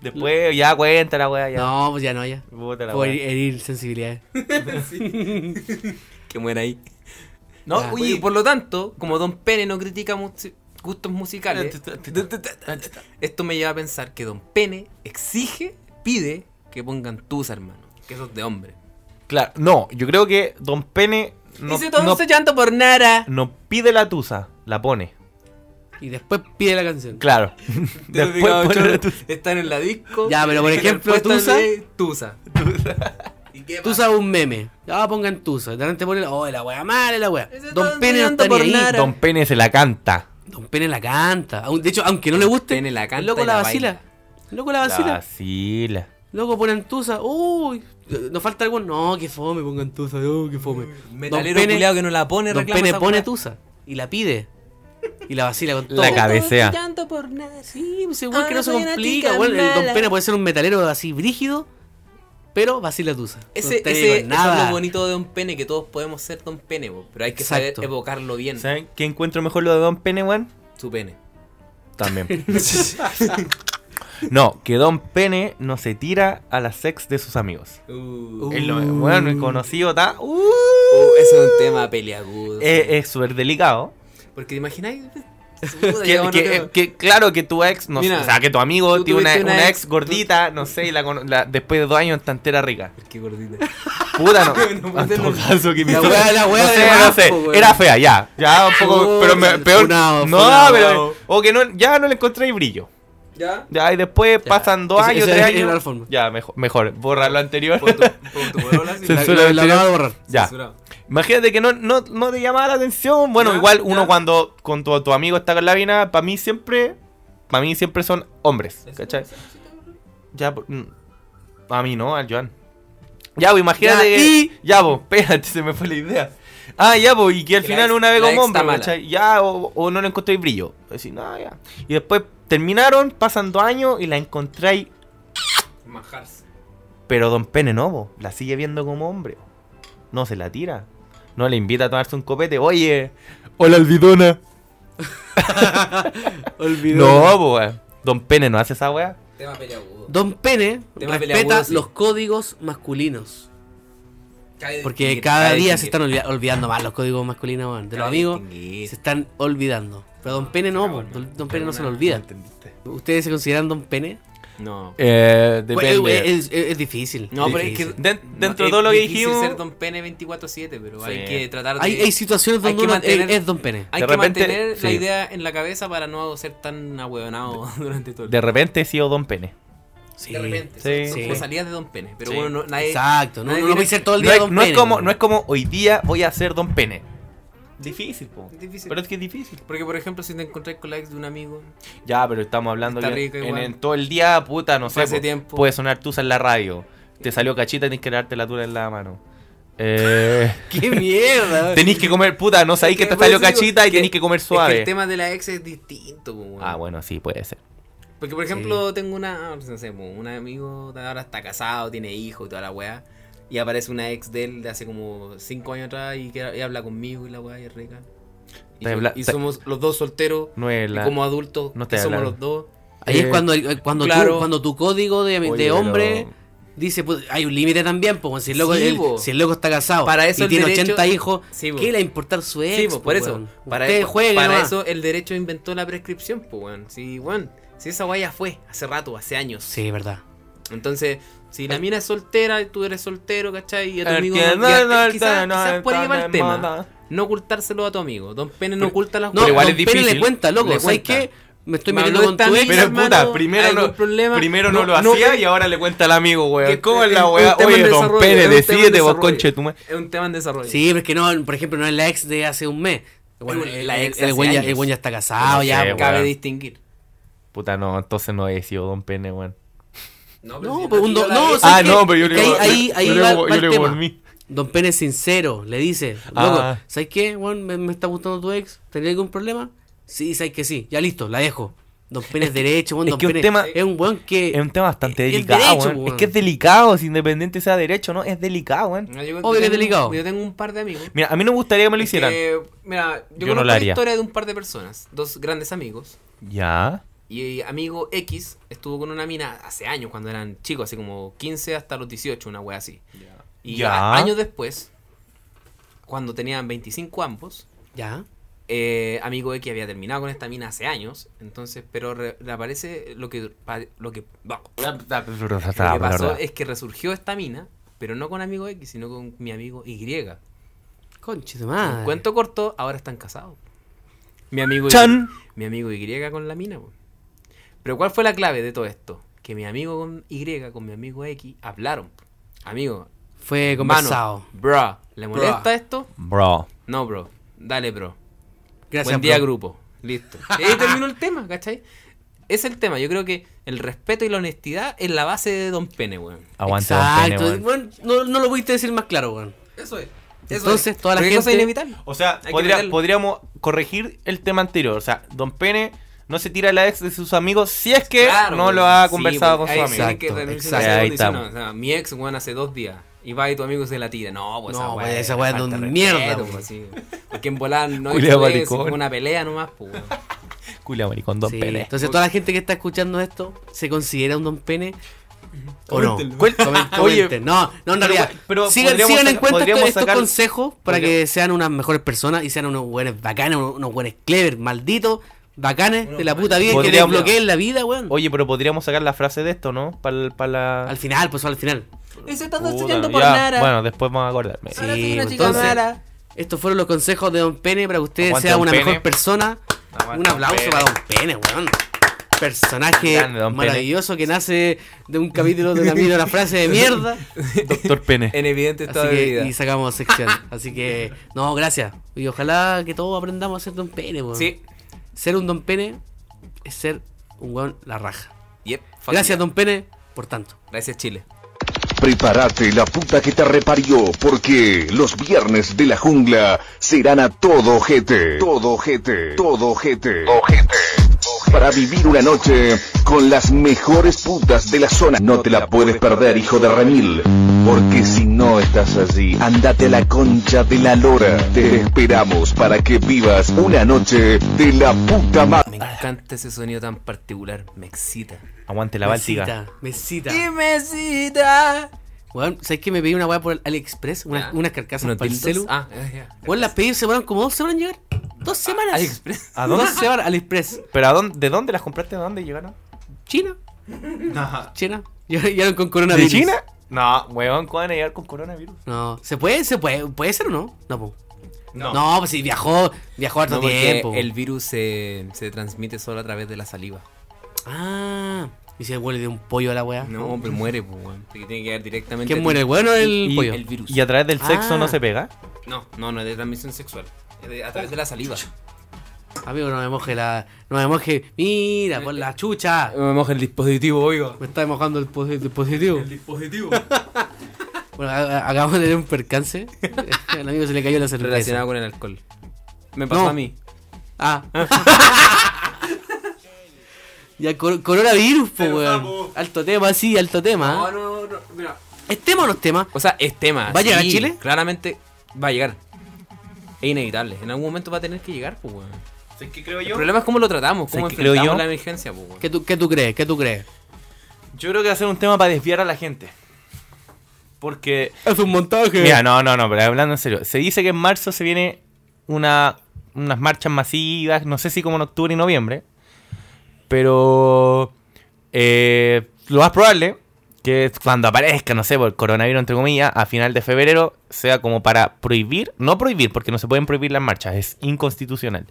Después, ya cuenta la weá, ya. No, pues ya no, ya. Puta la Por weá. herir sensibilidades. Que muera ahí. No, Ya. Oye, y por lo tanto, como Don Pene no critica musi- gustos musicales, esto me lleva a pensar que Don Pene exige, pide que pongan tus hermano, que eso es de hombre. Claro, no, yo creo que Don Pene no, Dice todo no- ese llanto por nada. no pide la tusa, la pone. Y después pide la canción. Claro. Te lo Después digo, pone la chorro, tusa. Están en la disco. Ya, pero por y en el ejemplo, puesto Tusa. de Tusa. ¿Y qué Tusa es un meme. Ah, pongan Tusa. De repente ponen, oh, la wea mala, la wea. Ese Don está Pene no enseñando está ni por ahí. nada. Don Pene se la canta. Don Pene la canta. Aun- De hecho, aunque no le guste, Pene la el canta loco y la la vacila. baila. El loco Ah, la La vacila. vacila. Loco, ponen tusa. Uy, nos falta algún. No, que fome, pongan tusa. Uy, que fome. Mm, Metalero Don Pene- culiao que no la pone, Don reclama Pene esa pone weá. tusa y la pide. Y la vacila con todo. La cabecea. Llanto por nada. Sí, pues, ese weón que Ahora no se Ah, soy una complica, chica weón. El Don mala. Pena puede ser un metalero así brígido, pero vacila tusa. No Ese, te ese- digo eso es lo bonito de Don Pene, que todos podemos ser Don Pene, bo, pero hay que Exacto. saber evocarlo bien, ¿Saben qué encuentro mejor lo de Don Pene, weón? su pene. También. no, que Don Pene no se tira a las sex de sus amigos. Uh, Es lo- Bueno, el conocido está. uh, uh, ese es un tema peleagudo. es es súper delicado. Porque te imagináis. Que, que- eh. que claro que tu ex, no Mira, sé, o sea, que tu amigo tú tiene una, tuviste una una ex- ex gordita, no sé, y la, cono- la- después de dos años está entera rica. Qué gordita. Puta, no. Ah, No, En todo no. caso, que mi- La wea, la wea no de sé, no más, sé, po, weón. Era fea, ya. Ya, un poco. Oh, pero me- funado, peor. no, funado. pero. O que no, ya no le encontré brillo. ¿Ya? Ya, y después pasan dos Ese- años, ese tres es- es la años. forma. Ya, mejor, mejor. Borra lo anterior. Con tu, con tu polola, sí. Se- La, Censura la- del la tiro. acabo de borrar. Ya. Censurado. Imagínate que no, no, no te llamaba la atención. Bueno, Ya, igual uno ya. cuando con tu, tu amigo está con la vina, para mí siempre. Para mí siempre son hombres. ¿Cachai? Ya, mm, a mí no, al Joan. Ya, pues imagínate Ya, que. y- Ya, pues, espérate, se me fue la idea. Ah, ya, pues, y que al Que la final ex- una vez la como ex hombre, está mala. ¿cachai? Ya, o, o no le encontréis brillo. Así, no, ya. Y después terminaron, pasan dos años y la encontráis. Majarse. Pero Don Pene no, po, la sigue viendo como hombre. No se la tira. No le invita a tomarse un copete. Oye, Hola, albidona. Olvidó. no, pues, Don Pene no hace esa weá. Tema peleagudo. Don Pene Tema respeta peleagudo, sí. Eh, los códigos masculinos. Cae Porque distinguir, cada cae día se distinguir, están olvi- olvidando más los códigos masculinos, weón. De los cae amigos distinguir. se están olvidando. Pero Don Pene Ah, no, po. Don, Don Pene no se lo Perdona, olvida. entendiste. ¿Ustedes se consideran Don Pene? No. Eh, Pues, eh, Es, es- es difícil. No, pero es que difícil. Den- no, dentro de es todo lo que difícil dijimos- ser Don Pene 24/7, pero hay Sí. que tratar de Hay, hay situaciones hay donde que uno mantener- es, es Don Pene. Hay De que repente- mantener la sí. idea en la cabeza para no ser tan ahueonado durante todo el De repente he sido Don Pene. Sí. De repente. Sí. son Sí. como salidas de Don Pene. Pero Sí. bueno, no, nadie. Exacto. No, nadie no, no tiene- puede ser todo el No día es, Don no es Pene, como, weón. no es como hoy día voy a ser Don Pene. Difícil, po. Difícil. Pero es que es difícil. Porque, por ejemplo, si te encontrás con la ex de un amigo, Ya, pero estamos hablando Está que rico en igual. el- todo el día, puta, no sé. Hace po, tiempo. Puede sonar tusa en la radio. Te salió cachita, tenés que darte la tula en la mano. Eh, ¡Qué mierda! weón. tenés que comer, puta, no sabéis que te Por salió eso digo cachita y que- tenés que comer pues, es suave. que el tema de la ex es distinto. po, weón. Ah, bueno, sí, puede ser. Porque, por ejemplo, tengo una. No sé, po, un amigo de ahora está casado, tiene hijos y toda la weá. Y aparece una ex de él de hace como 5 años atrás y, que, y habla conmigo y la weá y es rica. Y, Te yo- habla- y te- somos los dos solteros. No es y la. como adultos, no no te somos hablan. los dos. Ahí es Eh, cuando, el- cuando, claro. tu, cuando tu código de, de Oye, pero- hombre dice, pues, hay un límite también, pues, weón. si, el loco, Sí, el- po. si el loco está casado Para eso y el tiene derecho- 80 hijos, Sí, po. ¿qué le va a importar su ex? Sí, pues, por eso. Para, Usted eso- juegue para nomás. eso el derecho inventó la prescripción, pues, weón. Si, weón, si esa weá ya fue hace rato, hace años. Sí, verdad. Entonces, si la mina es soltera y tú eres soltero, ¿cachai? Y a tu El amigo. Eh. que No, no, ya- no, quizás, no, quizás por ahí va no, el tema. no. No ocultárselo a tu amigo. Don Pene no oculta las No, Pero igual Don es Pene difícil. le cuenta, loco. Le ¿Sabes cuenta. qué? Me estoy Me metiendo habló con esta tu ex. amiga, Pero puta, hermano, primero algún no, problema. primero no, No, lo no, hacía pero- y ahora le cuenta al amigo, Que- weón. ¿Cómo es es la un weá? tema en Oye, don desarrollo, Pene, es un tema en decídete vos, desarrollo. conche tu madre. Es un tema en desarrollo. Sí, pero es que no, por ejemplo, no es la ex de hace un mes. Bueno, Es el, la el- ex el hace güey ya, años. el güey ya está casado, No ya. sé, po. Ah, Cabe weón. distinguir. Puta, no, entonces no he sido Don Pene, weón. pero si No, pues un tira do- la no, ex- o sea, Ah, ¿Sabes qué? no, pero yo le Que digo- ahí- ahí- yo ahí le va- digo- va yo el le digo tema. por mí. Don Pene es sincero, le dice, loco, Ah. ¿sabes qué? weón? me, me está gustando tu ex, ¿tenía algún problema? Sí, sabes que sí, ya listo, la dejo. Don Pene es derecho, weón, es Don que un Pene tema- es un weón Eh, que... Es un tema bastante Es delicado, derecho, weón. weón. Es que es delicado, si independiente sea derecho, ¿no? Es delicado, weón. No, yo Obvio que tengo- es delicado. Yo tengo un par de amigos. Mira, a mí no me gustaría que me lo Es hicieran. que, mira, yo, Yo no conozco lo la haría. historia de un par de personas, dos grandes amigos. Ya. Y eh, amigo X estuvo con una mina hace años, cuando eran chicos, así como 15 hasta los 18, una wea así. Y Ya. a- años después, cuando tenían 25 ambos, Ya, eh, amigo X había terminado con esta mina hace años, entonces, pero re- reaparece lo que, pa- lo que, bah, ah, lo que pasó es que resurgió esta mina, pero no con amigo X, sino con mi amigo Y. conche de madre. Cuento corto, ahora están casados. Mi amigo Chan. Y, mi amigo Y con la mina. po. Pero ¿cuál fue la clave de todo esto? Que mi amigo con Y, con mi amigo X, hablaron. po. Amigo, Fue conversado. mano, bro, ¿le molesta Bra. esto? Bro. No, bro. Dale, bro. Gracias, Buen día, bro. grupo. Listo. Y ahí terminó el tema, ¿cachai? es el tema. Yo creo que el respeto y la honestidad es la base de Don Pene, weón. Aguanta, don Pene, Exacto. weón. Bueno, no, no lo pudiste decir más claro, weón. Eso es. Entonces, toda la Porque cosa gente- inevitable. O sea, Hay que podría- meterle. podríamos corregir el tema anterior. O sea, Don Pene no se tira a la ex de sus amigos si es que Claro, no weón. lo ha Sí, conversado porque con ahí su sí amigo. amigo. hay que Exacto, rendirse exacto. a Ahí ese segundo y estamos. decir, no, o sea, mi ex, weón, hace dos días. Y va y tu amigo se la tira. No, pues No, esa weón, weá. esa weá es falta de un respeto, mierda, pues, weón. sí. Porque en volar no Julia hizo eso, Maricón. fue una pelea nomás, pues, weón. Culia, maricón, Don Sí, Pene. Entonces, toda la gente que está escuchando esto, ¿se considera un don pene? ¿O no? Coméntenlo. Cuel- comen- Oye, comenten. no, no, en realidad. pero- pero sigan podríamos sigan en saca- cuenta estos, podríamos estos sacar- consejos para podría- que sean unas mejores personas y sean unos buenos bacanes, unos, unos buenos clever, malditos, bacanes de la puta vida y que te Podríamos- bloqueen la vida, weón. Oye, pero podríamos sacar la frase de esto, ¿no? Para la. Al final, pues al final. Y se Puta, están enseñando por ya, nada. Bueno, después vamos a acordarme. Sí. Ahora soy una chica entonces- mala. Estos fueron los consejos de Don Pene para que usted Aguante, sea don una Pene. mejor persona. Aguante, un don aplauso Pene. para Don Pene, weón. Personaje Grande, don Pene. maravilloso que nace de un capítulo de camino a una frase de mierda. Doctor Pene. En evidente estado Así de que, vida. y sacamos sección. Así que, no, gracias. Y ojalá que todos aprendamos a ser Don Pene, weón. Sí. Ser un Don Pene es ser un weón la raja. Yep, fuck Gracias, yeah. Don Pene, por tanto. Gracias, Chile. Prepárate la puta que te reparió, porque los viernes de la jungla serán a todo jete. Todo jete. Todo jete. Para vivir una noche con las mejores putas de la zona. No te la puedes perder, hijo de Remil. Porque si no estás allí, andate a la concha de la lora. Te esperamos para que vivas una noche de la puta madre. Me encanta ese sonido tan particular. Me excita. Aguante la báltica. Mesita, mesita. Y me excita. Weón, ¿sabes que me pedí una weá por AliExpress? Una, Ah. unas carcasas Unos para el dildos. celu. Ah, ya, ya. Bueno, las pedí, se fueron como dos semanas en llegar. Dos semanas. AliExpress. ¿A dónde? Dos semanas, AliExpress. ¿Pero a dónde, de dónde las compraste? ¿De dónde llegaron? China. China. Lleg- Llegaron con coronavirus. ¿De China? No, weón, ¿cuándo van a llegar con coronavirus? No. ¿Se puede? ¿Se puede? ¿Puede ser o no? No, po. No. No, pues si viajó, viajó harto No, porque tiempo. el virus se, se transmite solo a través de la saliva. Ah. Y se vuelve de un pollo a la weá. No, pero muere, pues, weón. Porque tiene que dar directamente. a ¿Quién ti. muere, el bueno o el Y- pollo? El virus. ¿Y a través del sexo Ah. no se pega? No, no, no es de transmisión sexual. Es de- a través de la saliva. Amigo, no me moje la. No me moje. Mira, por la chucha. Me moja el dispositivo, oiga. Me está mojando el, pos- el positivo. El dispositivo. bueno, a- a- acabamos de tener un percance. Al amigo se le cayó la cerveza. Relacionado con el alcohol. Me pasó No. a mí. Ah. ya, cor- coronavirus, po, weón. Alto tema, sí, alto tema. ¿eh? no, no, mira. ¿Es tema o no es tema? O sea, es tema. ¿Va a llegar a Chile? Claramente va a llegar. Es inevitable. En algún momento va a tener que llegar, pues, weón. que creo El problema es cómo lo tratamos, cómo ¿Sabes qué creo enfrentamos yo? la emergencia, pues, weón. ¿Qué tú, qué tú crees? ¿Qué tú crees? Yo creo que va a ser un tema para desviar a la gente. Porque. Es un montaje. Mira, no, no, no, pero hablando en serio. Se dice que en marzo se viene una, unas marchas masivas, no sé si como en octubre y noviembre. Pero. eh, lo más probable que cuando aparezca, no sé, por el coronavirus, entre comillas, a final de febrero, sea como para prohibir, no prohibir, porque no se pueden prohibir las marchas, es inconstitucional.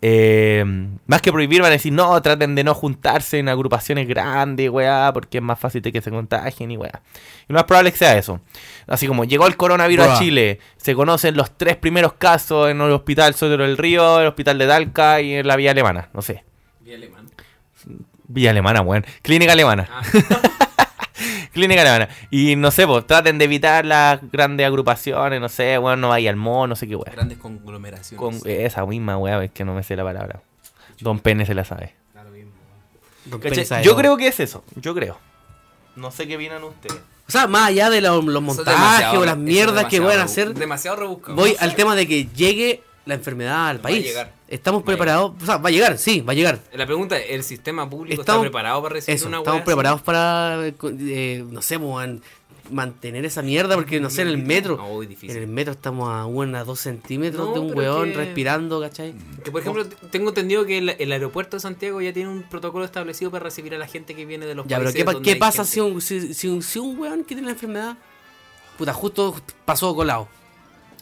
Eh, más que prohibir, van a decir, no, traten de no juntarse en agrupaciones grandes, weá, porque es más fácil de que se contagien y weá. Y lo más probable es que sea eso. Así como llegó el coronavirus a Bruh. Chile, se conocen los tres primeros casos en el hospital Sotero del Río, el hospital de Talca y en la Vía Alemana, no sé. Vía Alemana, weón. Clínica Alemana. Ah. Clínica Alemana. Y no sé, pues, traten de evitar las grandes agrupaciones, no sé, weón, no vaya al mall, no sé qué weón. Grandes conglomeraciones. Con eh, esa misma weá, es que no me sé la palabra. Don Pene se la sabe. ¿Cachai? Yo creo que es eso, yo creo. No sé qué opinan ustedes. O sea, más allá de los, los Eso es montajes demasiado- o las eso es mierdas que demasiado van rebu- a hacer, Demasiado rebuscado. voy al tema de que llegue la enfermedad al Va a país. llegar. Estamos Va a preparados. O sea, va a llegar, sí, va a llegar. La pregunta es, ¿el sistema público Estamos- está preparado para recibir Eso, una estamos weá preparados para, eh, con- eh, no sé, pues, man- mantener esa mierda, porque no sé, en el metro. No, muy difícil. En el metro estamos a una, dos centímetros No, de un pero weón que- Mm. respirando, ¿cachai? así? Que, por ejemplo, t- tengo entendido que el, el aeropuerto de Santiago ya tiene un protocolo establecido para recibir a la gente que viene de los Ya, pero países ¿qué, pa- donde qué hay pasa gente? si un, si, si un, si un weón que tiene la enfermedad, puta, justo pasó colado?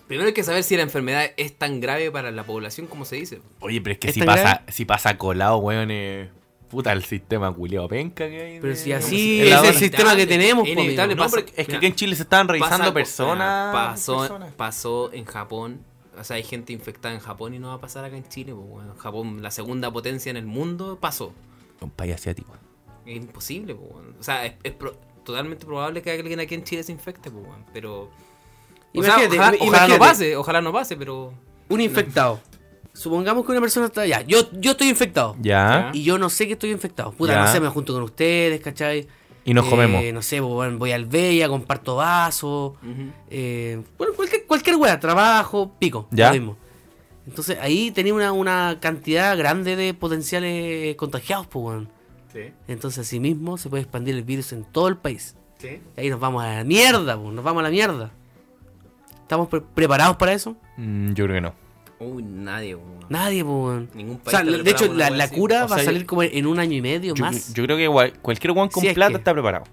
Primero hay que saber si la enfermedad es tan grave para la población como se dice. Oye, pero es que ¿Es si tan pasa, grave? si pasa colado, weón, eh, puta el sistema culiao penca que hay. Pero de- si no, así pues, es la- el sistema que tenemos, po, inevitable. amigo. No, pasa- pero es que mira, aquí en Chile se estaban pasa revisando algo- personas. mira, Pasó, personas. pasó en Japón. O sea, hay gente infectada en Japón y no va a pasar acá en Chile. pues, bueno. Japón, la segunda potencia en el mundo, pasó. Un país asiático. Es imposible, po, weón. O sea, es, es pro- totalmente probable que alguien aquí en Chile se infecte, po, weón. Pero. O sea, Imagínate, ojalá, ojalá imagínate. no pase, ojalá no pase, pero. Un infectado. Supongamos que una persona está allá. Yo, yo estoy infectado. Ya. Y yo no sé que estoy infectado. Puta, Ya. no sé, me junto con ustedes, ¿cachai? Y nos Eh, comemos. No sé, pues, bueno, voy al Bella, comparto vasos. eh, bueno, cualquier, cualquier wea, trabajo, pico. Ya. Lo mismo. Entonces ahí tenía una, una cantidad grande de potenciales contagiados, pues, weón. Sí, Entonces, así mismo se puede expandir el virus en todo el país. sí. Y ahí nos vamos a la mierda, pues, nos vamos a la mierda. ¿Estamos pre- preparados para eso? Mm, yo creo que no. Uy, nadie, po, weón. Nadie, pues, weón. Ningún O país. sea, está de preparado hecho, para una la, wea la así. cura O va sea, a salir como en un año y medio Yo, más. yo creo que igual, cualquier guan con Si es plata que- está preparado.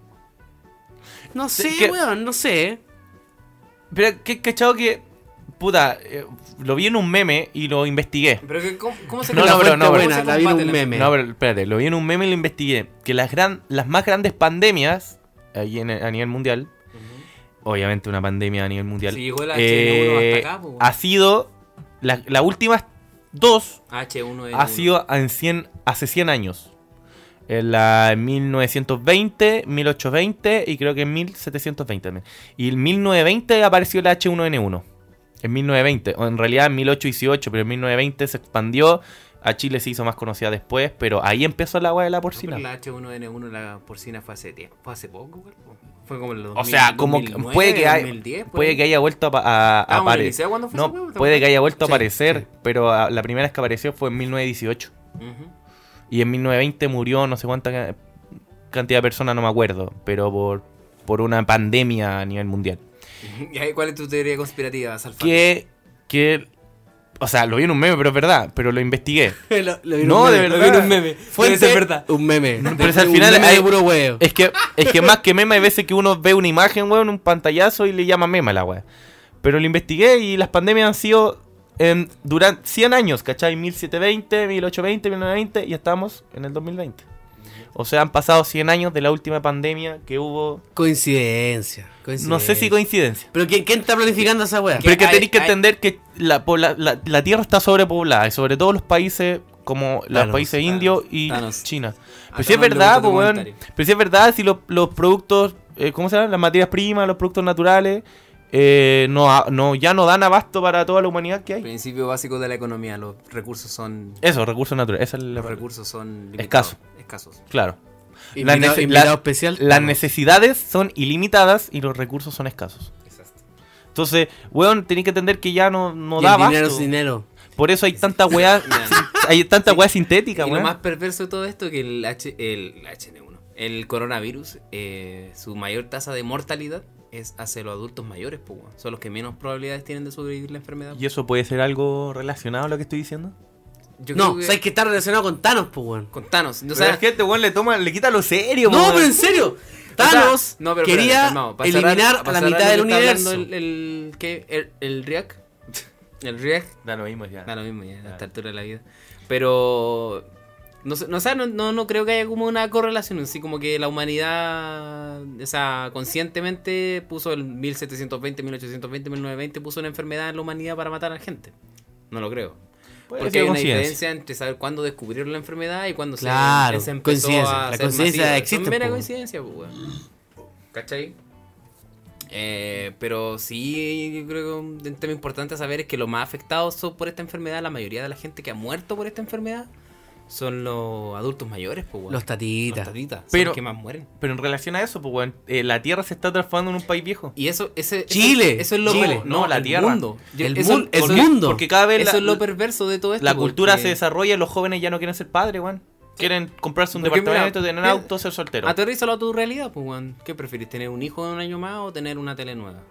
no sé, que- weón, no sé. Pero que cachado que. Puta, eh, lo vi en un meme y lo investigué. Pero, que, ¿cómo, cómo se No, cómo no, se pero no, cómo pero- se buena, la vi en combate un meme. No, pero espérate, lo vi en un meme y lo investigué. Que las, gran, las más grandes pandemias ahí en- a nivel mundial, obviamente una pandemia a nivel mundial, Si llegó el eh, H1N1 hasta acá, pues, po, ha sido la- las últimas dos H1N1. ha sido en 100 hace 100 años. En la 1920, 1820 y creo que en 1720 también. Y en 1920 apareció el H1N1. En 1920, o en realidad en 1818, pero en 1920 se expandió. A Chile se hizo más conocida después, pero ahí empezó el agua de la No, pero porcina. La H1N1, la porcina fue hace tiempo, fue hace poco, güey. Fue como en el O sea, como que puede que, haya- puede que haya vuelto a, pa- a- a aparecer. cuando fue No, esa hueá? puede que haya vuelto a Sí, aparecer, sí. pero ah, la primera vez que apareció fue en 1918. Ujú. Y en 1920 murió no sé cuánta ca- cantidad de personas, no me acuerdo, pero por, por una pandemia a nivel mundial. ¿Y ahí cuál es tu teoría conspirativa, Salfate? Que, que, o sea, lo vi en un meme, pero es verdad, pero lo investigué. Lo- lo vi en No, un de meme, lo verdad. vi en un meme. Fuente- Debe ser Un meme. pero Debe al ser final un meme hay- de puro huevo. Es que, es que más que meme hay veces que uno ve una imagen, weón, un pantallazo y le llama meme a la weá. Pero lo investigué y las pandemias han sido en, durante 100 años, ¿cachai? 1720, 1820, 1920 y estamos en el 2020. O sea, han pasado 100 años de la última pandemia que hubo. Coincidencia, No sé coincidencia. si coincidencia. Pero ¿quién, quién está planificando esa weá? Pero que hay- tenéis que hay- entender que la, pobla- la- la Tierra está sobrepoblada y sobre todo los países como los Thanos, países Thanos, indios y Thanos. China. Acá Pero si es no le verdad, gusta tu pues, weón, Ah, comentario. pero si es verdad, si los, los productos, eh, ¿cómo se llama? Las materias primas, los productos naturales, eh, no, ha- no, ya no dan abasto para toda la humanidad que hay. Principio básico de la economía, los recursos son... Eso, recursos naturales, esa es la Los recursos son... Escaso. limitados, Escasos. Claro. Invitado- Las nece- invitado las- especial. Las No. necesidades son ilimitadas y los recursos son escasos. Entonces, weón, tenéis que entender que ya no, no Y da el dinero abasto. es dinero. Por eso hay tanta weá, Ya. hay tanta weá sintética, Y lo weón. más perverso de todo esto es que el, H, el HN1, el coronavirus, eh, su mayor tasa de mortalidad es hacia los adultos mayores, pues, weón. son los que menos probabilidades tienen de sobrevivir la enfermedad. ¿Y eso puede ser algo relacionado a lo que estoy diciendo? Yo no, creo que- sabes que está relacionado con Thanos, pues weón. Con Thanos. No, O o sea, sea, la gente, este weón, le toma, le quita lo serio, No, weón. pero en serio. o sea, Thanos no, pero espérate, quería calmado, para cerrar- eliminar para a la cerrar mitad del lo que está universo. hablando El, el, ¿qué? el, el Riak. El Riak. Da lo mismo ya. Da lo mismo ya, a esta Claro. altura de la vida. Pero. No, sé- no, o sea, no, no, no creo que haya como una correlación. Así como que la humanidad, o sea, conscientemente puso el 1720, 1820, 1920, puso una enfermedad en la humanidad para matar a la gente. No lo creo. Puede Porque ser hay una coincidencia. diferencia entre saber cuándo descubrieron la enfermedad y cuándo se- Claro, se, empezó coincidencia. a La ser coincidencia masiva. existe, Son mera po. coincidencia, po, weón. ¿Cachai? Eh, pero sí, yo creo que un un tema importante a saber es que los más afectados son por esta enfermedad, la mayoría de la gente que ha muerto por esta enfermedad son los adultos mayores, po, weón. Los tatitas. Los tatitas, son Pero- los que más mueren. Pero en relación a eso, pues, weón, eh, la Tierra se está transformando en un país viejo. Y eso, ese, eso- Chile, eso, es lo Chile, no, no, la el Tierra. mundo. Yo- El eso, mul- el porque- mundo. Porque cada vez eso la, es lo perverso de todo esto. la cultura se porque- desarrolla y los jóvenes ya no quieren ser padres, weón. Quieren comprarse un Porque departamento, mira, tener mira, auto, ser soltero. Aterrízalo a tu realidad, pues, weón. ¿Qué prefieres? ¿Tener un hijo de un año más o tener una tele nueva?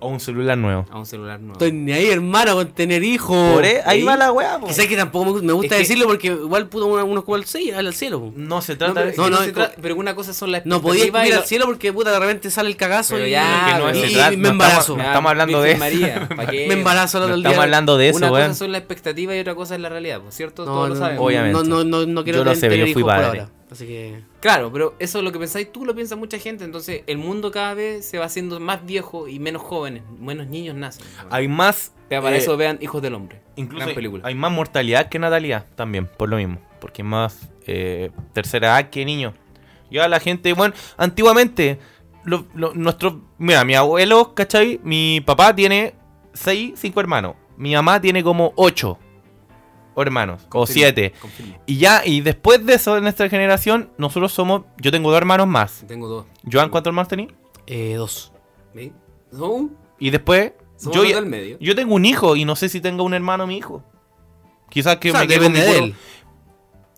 O un celular nuevo. A un celular nuevo. Estoy ni ahí, hermano, con tener hijos. Por e- ahí ¿Sí? va la weá, Que pues. sabes que tampoco me- me gusta Es que- decirlo porque igual pudo uno- unos cual sí, al cielo. po. No se No, trata pero, de... no, no, no, es se tra- pero una cosa son las No podía expectativas y ir la- al cielo porque puta de repente sale el cagazo Pero y, ya, Que no y- se y trata- no me embarazo. estamos- estamos hablando Virgen de- María, ¿pa' qué? me embarazo al No otro estamos día. hablando de Una eso, cosa weón. son las expectativas y otra cosa es la realidad, pues, ¿cierto? No, Todos no, lo sabemos. Obviamente. No, no, no, no quiero Yo lo tener- sé, yo tener fui hijos por padre. ahora. Así que. Claro, pero eso es lo que pensáis tú, lo piensa mucha gente. Entonces, el mundo cada vez se va haciendo más viejo y menos jóvenes, menos niños nacen. weón. Hay más... Pero para Ah, eh, eso vean Hijos del Hombre. Incluso gran hay- película. hay más mortalidad que natalidad también, por lo mismo. Porque hay más eh, tercera edad que niños. Ya la gente, bueno, antiguamente, lo- lo- nuestros, mira, mi abuelo, ¿cachai? Mi papá tiene 6, 5 hermanos. Mi mamá tiene como 8 hermanos, o 7. Confirmo. Y ya, y después de eso, de nuestra generación, nosotros somos, yo tengo dos hermanos más. Tengo dos. Joan, ¿cuántos hermanos tenés? Eh, dos. ¿Ve? No, Y después, somos yo, los ya- del medio. yo tengo un hijo y no sé si tengo un hermano o mi hijo. Quizás que O sea, me quede con depende mi de puro- él.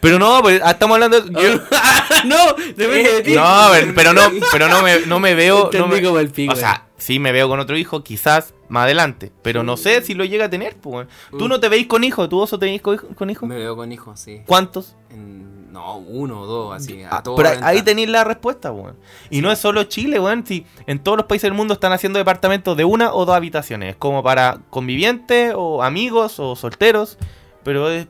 Pero no, pues, ah, estamos hablando. de- yo- no, depende Eh, de ti. no, a ver, pero no, pero no me, no me veo. no Entendí me- como el pico, o eh. sea, sí me veo con otro hijo, quizás más adelante. Pero no sé si lo llega a tener, pues. weón. Tú Mm. no te veis con hijo, tú oso te veis con hijo. con hijo? Me veo con hijos, sí. ¿Cuántos? En- no, uno o dos, así. Ah, A todos. pero ahí- ahí tenéis la respuesta, weón. Y no es solo Chile, weón. Si en todos los países del mundo están haciendo departamentos de una o dos habitaciones, como para convivientes o amigos o solteros. Pero es,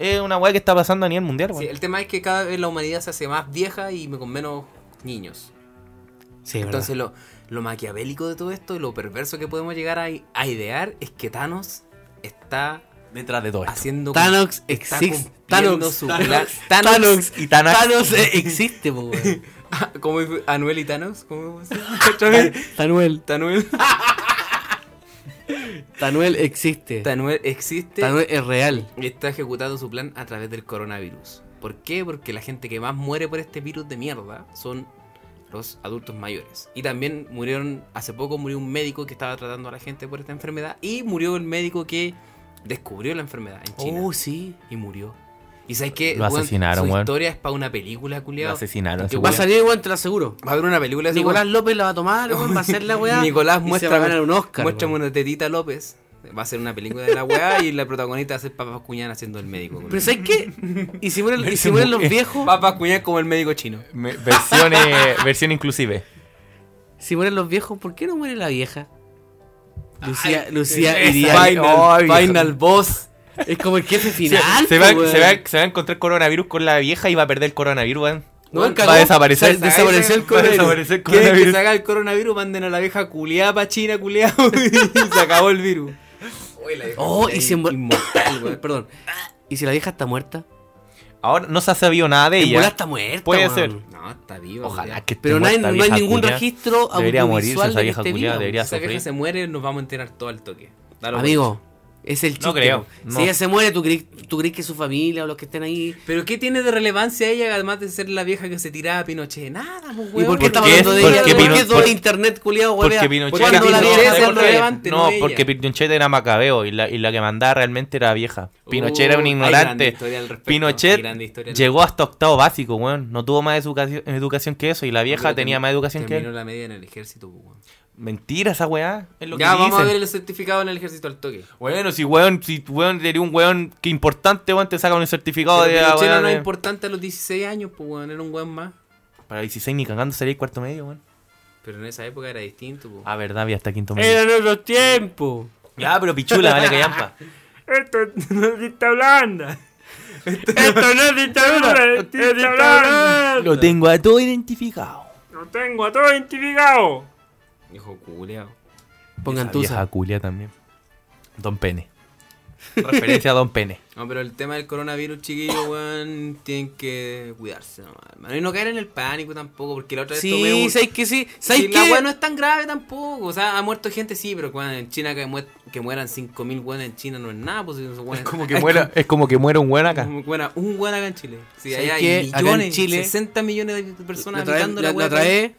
es una weá que está pasando a nivel mundial, weón. Sí, el tema es que cada vez la humanidad se hace más vieja y con menos niños. Sí, Entonces lo, lo maquiavélico de todo esto y lo perverso que podemos llegar a, a idear es que Thanos está Detrás de todo esto. haciendo... Thanos está existe. cumpliendo Thanos, su plan. Thanos, Thanos. Thanos, y Thanos. Thanos, eh, existe, po, weón. ¿Cómo dice? Anuel y Thanos? ¿Cómo se llama? Otra vez. Tanuel, Tanuel. Tanuel existe. Tanuel existe Tanuel es real. y está ejecutando su plan a través del coronavirus. ¿Por qué? Porque la gente que más muere por este virus de mierda son los adultos mayores. Y también murieron, hace poco murió un médico que estaba tratando a la gente por esta enfermedad y murió el médico que descubrió la enfermedad en China. Oh, sí. y murió. ¿Y sabes qué? Lo weón? asesinaron, Su weón. historia es para una película, Lo culiado. asesinaron. Que ese Va a weón. salir igual, te lo aseguro. Va a haber una película así, Nicolás López la va a tomar, weón, va a ser la weá. Nicolás, y muestra- Se va a ganar un Oscar. Muéstrame weón. una tetita López. Va a ser una película de la weá y la protagonista va a ser Papá Cuñán haciendo el médico. Pero ¿sabes qué? Y si mueren, y si mueren los viejos, Papá Cuñán como el médico chino. Me- versión, eh, versión inclusive. si mueren los viejos, ¿por qué no muere la vieja? Lucía, Lucía iría. Final- Ay, viejo. final Boss. Es como el jefe Se, final. se va, po, weón. se va- se va a encontrar coronavirus con la vieja y va a perder el coronavirus, weón. No, Weón, cagó. Va a desaparecer. Se- desapareció el Va a coronavirus. desaparecer el ¿Quieren que coronavirus. se haga el coronavirus? Manden a la vieja culiada pa' China, culiado. y se acabó el virus. Oh, y si en- inmortal, weón. Perdón. ¿Y si la vieja está muerta? Ahora no se ha sabido nada de En bola ella. está muerta. Puede weón. ser. No, está viva. Ojalá culiao. que esté Pero no hay, muerta, no hay vieja ningún culiá. registro Debería morirse audiovisual esa de que vieja esté culiá, viva, debería Si esa vieja sufrir. se muere, nos vamos a enterar todo al toque. Da lo Amigo, es el chiste. No creo, weón. no. Si ella se muere, ¿tú crees, tú crees que su familia o los que estén ahí. por- ¿Pero qué tiene de relevancia ella además de ser la vieja que se tiraba a Pinochet? Nada, pues, ¿Y weón. por qué ¿Por estamos qué- hablando de por ella? qué ¿Por qué Pinochet- todo por- el internet culiado, weón? Porque Pinochet Cuando era la Pinochet, vieja ¿sabes es por qué? relevante, No, no ella. porque Pinochet era Macabeo y la, y la que mandaba realmente era vieja. Pinochet era Uh, un hay grande ignorante. historia al respecto, hay Pinochet grande historia al llegó hasta octavo básico, weón. No tuvo más educación, educación que eso y la vieja Amigo, tenía termi- más educación que Terminó él. la media en el ejército, pues, weón. Mentira esa weá. Es lo Ya, que vamos dicen. a ver el certificado en el ejército al toque. Bueno, si weón, si weón sería un weón que importante, weón, te saca un certificado Pero de Pinochet Oh, weón, eh. no de- es importante a los 16 años, pues, weón. Era un weón más. Para 16 ni cagando sería el cuarto medio, weón. Pero en esa época era distinto, pues. Ah, verdad, había hasta quinto medio. Eran otros tiempos. Ya, pero pichula, vale que llampa. Esto no es blanda. Esto no es dictadura, es dictadura. Lo tengo a todo identificado. Hijo culeado. Pongan Esa vieja tusa. culia también. Don Pene. Referencia a Don Pene. No, pero el tema del coronavirus, chiquillos, weón, tienen que cuidarse nomás, hermano. Y no caer en el pánico tampoco, porque la otra vez tomé Sí, un- ¿sabes que sí? Sí, ¿Sabes la weá no que es tan grave tampoco. O sea, ha muerto gente, sí, pero cuando en China que, muer- que mueran 5.000 weones en China no es nada, pues esos weones- Como que muera, es como que muera un buen acá. Como que muera un weón acá en Chile. Sí, ¿Sabes allá qué? hay Acá en millones, Chile- 60 millones de personas La trae, habitando la la, weá. la trae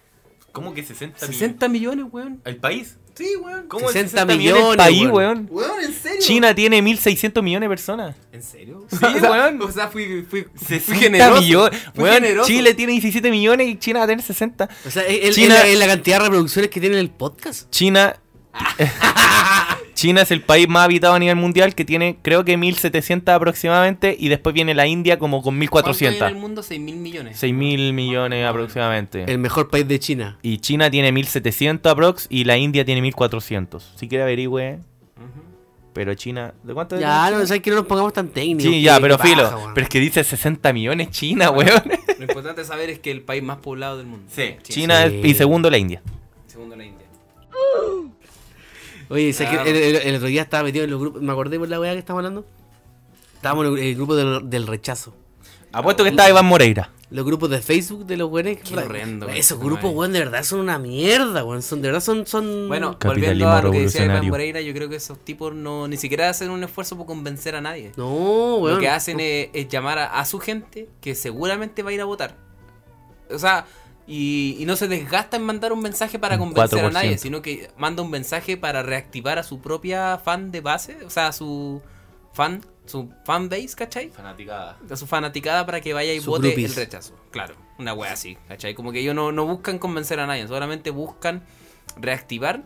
¿Cómo que 60 60 millones, weón. ¿El país? Sí, weón. ¿Cómo 60 60 millones? millones, El país, weón? weón. Weón, en serio. China tiene 1600 millones de personas. ¿En serio? Sí, O sea, weón. O sea, fui, fui, fui 60 generoso. millones. Fui Weón, generoso. Chile tiene 17 millones y China va a tener 60. O sea, es, es- China- es la, es la cantidad de reproducciones que tiene el podcast. China. China es el país más habitado a nivel mundial que tiene creo que 1700 aproximadamente y después viene la India como con ¿Cuánto hay en 1400. el mundo? 6.000 millones. 6000 millones aproximadamente. El mejor país de China. Y China tiene 1700 aprox y la India tiene 1400. Si quiere averigüe. Pero China, ¿de cuánto es? Ya, no, ¿sabes que no nos pongamos tan técnicos? Sí, ya, que- pero que filo. paja, weón. Pero es que dice 60 millones China, weón. Lo importante saber es que el país más poblado del mundo. China Sí. es- y segundo la India. Segundo la India. Oye, ¿sabes Claro. que el, el- el otro día estaba metido en los grupos? ¿Me acordé por la weá que estamos hablando? Estábamos en el- el grupo del, del rechazo. Apuesto que está Iván Moreira. Los grupos de Facebook de los güeyes. Qué horrendo, güey, Esos esta grupos, madre. güey, de verdad son una mierda, güey. Son, de verdad son. son... Bueno, Capitalismo volviendo a lo que decía Iván revolucionario. Moreira, yo creo que esos tipos no ni siquiera hacen un esfuerzo por convencer a nadie. No, güey. Lo que hacen es, es llamar a, a su gente que seguramente va a ir a votar. O sea, y, y no se desgasta en mandar un mensaje para Un convencer a 4%. nadie, sino que manda un mensaje para reactivar a su propia fan de base, o sea, a su fan, su fan base, ¿cachai? Fanaticada. A su fanaticada para que vaya y Sus vote groupies. el rechazo. Claro, una wea así, ¿cachai? Como que ellos no, no buscan convencer a nadie, solamente buscan reactivar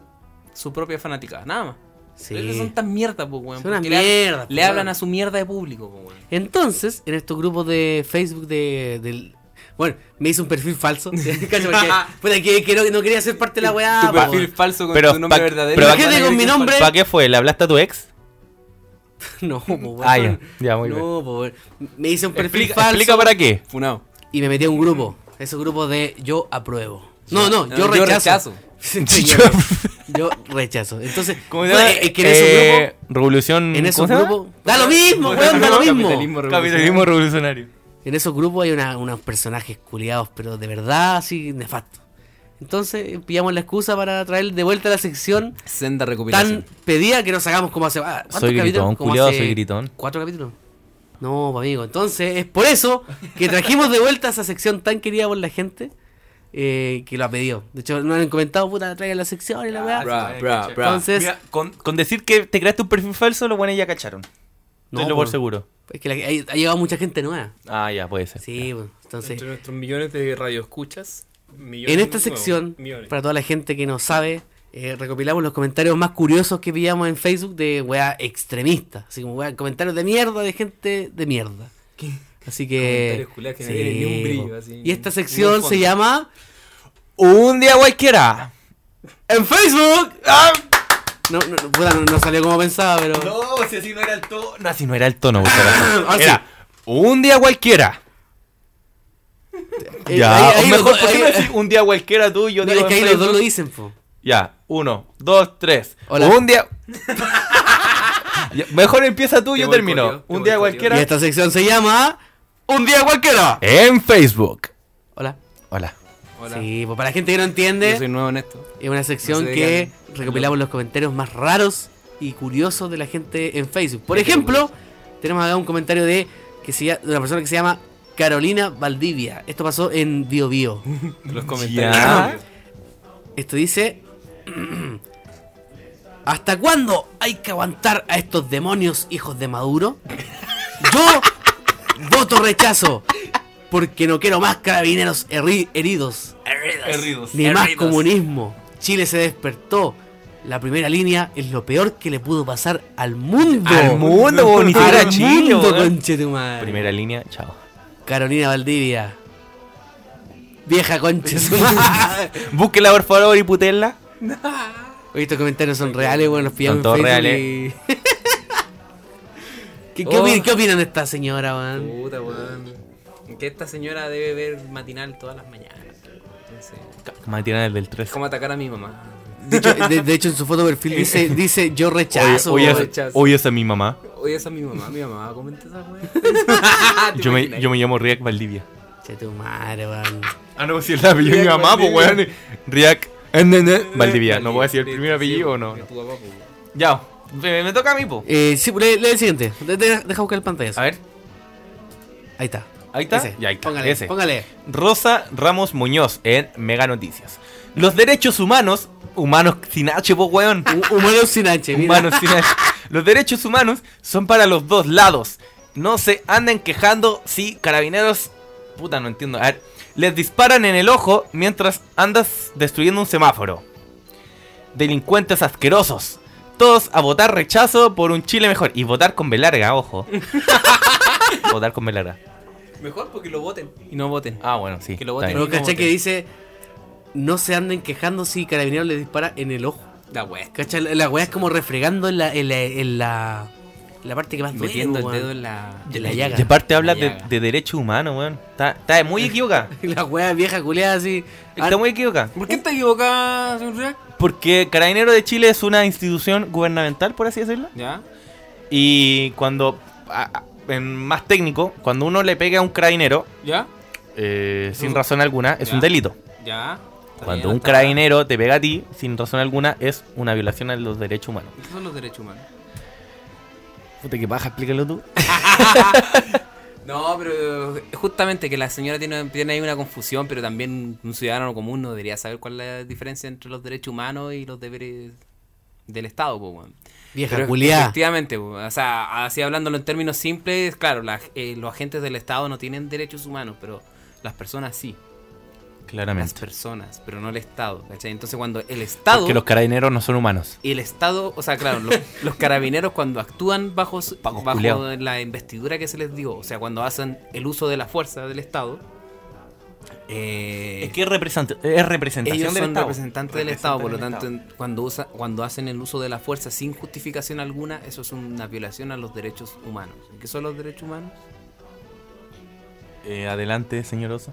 su propia fanaticada, nada más. Sí. Pero Son tan mierdas, pues, weón. Son una porque le ha- mierda, Le pues, hablan weón. a su mierda de público, pues, weón. Entonces, en estos grupos de Facebook de, del... Bueno, me hice un perfil falso. Cacho, porque, puta, que, que no, no quería ser parte de la weá. tu Ah, po, perfil weón. falso con Pero tu nombre pa- verdadero. pero Pero imagínate con mi nombre. ¿Para qué fue? ¿Le hablaste a tu ex? No, po, weón. Ah, ya. Ya, muy no, bien. po, weón. Me hice un perfil Explica, falso explica para qué. Funado. y me metí a un grupo. Esos grupos de yo apruebo. No, no, No, yo yo rechazo. rechazo. Sí, Ah, yo, Yo- yo rechazo. Entonces, ¿Cómo se weón, llama? eh, que en esos Eh, grupos... Revolución. En esos ¿cómo se llama? grupos... Da lo mismo, weón, da lo mismo. Capitalismo revolucionario. Capitalismo revolucionario. En esos grupos hay una- unos personajes culiados, pero de verdad así nefastos. Entonces pillamos la excusa para traer de vuelta la sección Senda recopilación. tan pedida que nos hagamos como hace. ah, ¿cuántos Soy gritón, Como culiado, hace soy gritón. ¿Cuatro capítulos? No, pues, amigo. Entonces es por eso que trajimos de vuelta esa sección tan querida por la gente eh, que lo ha pedido. De hecho, nos han comentado, puta, traigan la sección y la weá. Bra, bra, bra. Entonces, Mira, con, con decir que te creaste un perfil falso, los buenos ya cacharon. No, No, lo por- por seguro. es que la- ha, ha llegado mucha gente nueva. Ah, ya, puede ser. Sí, pues, entonces. Entre nuestros millones de radioescuchas. En millones esta nuevos, sección, millones. para toda la gente que no sabe, eh, recopilamos los comentarios más curiosos que pillamos en Facebook de weá extremistas. Así como weá, comentarios de mierda de gente de mierda. Así que. Comentarios culiados que no tienen ni un brillo, po. así, y ni esta un sección se fondo. llama. Un día cualquiera. Ah. ¡En Facebook! No, no, no, puta, no- no salió como pensaba, pero. No, si así no era el tono. Ah, No, así no era el tono. por favor. ahora sí. era un día cualquiera. Eh, ya, ahí- ahí los o mejor, dos- ¿por qué ahí- no decir un día cualquiera tú y yo no, digo es que en ahí los dos Facebook? lo dicen, po. Ya, uno, dos, tres. Hola. Un día. Ya, Mejor empieza tú y Te yo termino. boicoteó, te Un boicoteó. día Y cualquiera. esta sección se llama. ¡Un día cualquiera! En Facebook. Hola. Hola. Hola. Sí, pues para la gente que no entiende. Yo soy nuevo en esto. Es una sección No se que digan. recopilamos los comentarios más raros y curiosos de la gente en Facebook. Por Gente ejemplo, tenemos acá un comentario de, que se llama- de una persona que se llama Carolina Valdivia. Esto pasó en Bio Bio. Los Ya. comentarios. Esto dice... ¿Hasta cuándo hay que aguantar a estos demonios hijos de Maduro? Yo voto rechazo. Porque no quiero más carabineros herri- heridos. Herridos. Ni más comunismo. Chile se despertó. La primera línea es lo peor que le pudo pasar al mundo. Al mundo, bo, ni siquiera Al a Chile, mundo, weón. conchetumadre. Primera línea, chao. Carolina Valdivia. Vieja conchetumadre. Búsquela por favor y putenla. Oye, estos comentarios son reales, bueno, los pillamos Son todos en Facebook y- reales. ¿Qué, qué Oh. opin- qué opinan de esta señora, weón? Puta, weón. Que esta señora debe ver matinal todas las mañanas. Entonces, Mantiene el del es 3. como atacar a mi mamá. De hecho, de- de hecho, en su foto de perfil dice, dice yo rechazo. Oye, weón". oye, rechazo. a mi mamá. Oye, esa es mi mamá. Mi mamá comenta esa weón. Yo me, yo me llamo Riak Valdivia. Chetumadre, weón. Ah, no, si es la apellido de mi Riak mamá, pues Valdivia. weón. Riak eh, ne, ne, Valdivia. No voy a decir el primer apellido o no. pues, Ya, me, me toca a mí, po. Eh, sí, lee, lee el siguiente. De- de- deja buscar el pantallazo. A ver, Ahí está. ahí está. Ese. Ya, ahí está. Póngale, Ese. póngale. Rosa Ramos Muñoz en Mega Noticias. Los derechos humanos, humanos sin H, po, weón. Hu- Humanos sin H, mira. Humanos sin H. Los derechos humanos son para los dos lados. No se anden quejando si carabineros. Puta, no entiendo. A ver, les disparan en el ojo mientras andas destruyendo un semáforo. Delincuentes asquerosos. Todos a votar rechazo por un Chile mejor. Y votar con B larga, ojo. votar con B larga. Mejor porque lo voten. Y no voten. Ah, bueno, sí. Que lo está voten. Pero bien. ¿cómo caché te- que dice, no se anden quejando si Carabinero les dispara en el ojo. La weá. Cacha, la, la weá es como refregando en la, en la, en la, en la parte que más duele, Metiendo el weón. dedo en la. De la llaga. Y aparte La hablas de, llaga. de derechos humanos, weón. Está, está muy equivocada. La weá vieja culeada así. Ah, Está muy equivocada. ¿Por qué está equivocada, señor Reac? Porque Carabinero de Chile es una institución gubernamental, por así decirlo. ¿Ya? Y cuando a- a- en más técnico, cuando uno le pega a un carabinero, ¿Ya? eh, sin Mm. razón alguna, es Ya. un delito. ¿Ya? está Cuando bien, un está- carabinero te pega a ti, sin razón alguna, es una violación a los derechos humanos. Esos son los derechos humanos. Puta, que baja, explícalo tú. No, pero eh, justamente que la señora tiene, tiene ahí una confusión, pero también un ciudadano común no debería saber cuál es la diferencia entre los derechos humanos y los deberes del Estado, pues, weón. Vieja Pero culiada. Efectivamente, po. o sea, así hablándolo en términos simples, claro, la- eh, los agentes del Estado no tienen derechos humanos, pero las personas sí. Las Claramente. personas, pero no el Estado, ¿cachai? Entonces cuando el Estado... Porque los carabineros no son humanos. Y el Estado, o sea, claro, los, los carabineros cuando actúan bajo, su- Pacos bajo culiao. la investidura que se les dio, o sea, cuando hacen el uso de la fuerza del Estado, eh, Es que es, represent- es representación ellos del son Estado. representantes del Estado, por lo Representan tanto, del en- cuando, usa, cuando hacen el uso de la fuerza sin justificación alguna, eso es una violación a los derechos humanos. ¿Qué son los derechos humanos? Estado. Eh, adelante, señor Oso.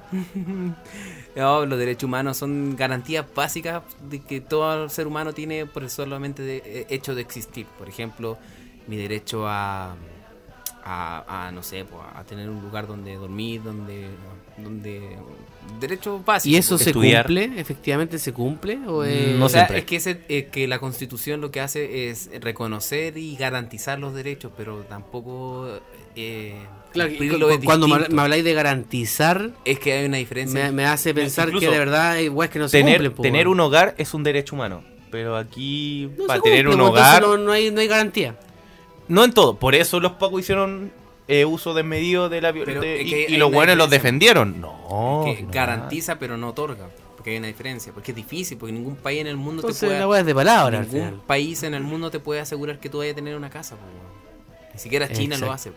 No, los derechos humanos son garantías básicas de que todo ser humano tiene por el solamente de- eh, hecho de existir. Por ejemplo, mi derecho a, a, a, no sé, po, a tener un lugar donde dormir, donde... donde derechos básicos. ¿Y eso se Estudiar. cumple? ¿Efectivamente se cumple? ¿O es- No o sea, siempre. es que, ese- eh, que la constitución lo que hace es reconocer y garantizar los derechos, pero tampoco... Eh, Claro, y cumplirlo cu- es cuando me habla- distinto. me habláis de garantizar, Es que hay una diferencia. me, me hace pensar incluso que de verdad hay weas que no se Tener, cumplen. po, tener weón. un hogar es un derecho humano. Pero aquí, No se para tener cumple, un po, entonces hogar. No, No... no hay, no hay garantía. en todo. Por eso los pacos hicieron eh, uso desmedido de la Pero violencia. es Y, que hay y los una buenos los diferencia. defendieron. No. que no. garantiza pero no otorga. Porque hay una diferencia. Porque es difícil, porque ningún país en el mundo Entonces te puede. la wea es de palabras. al ningún final. país en el mundo te puede asegurar que tú vayas a tener una casa, po, weón. Ni siquiera China Exacto. lo hace. po.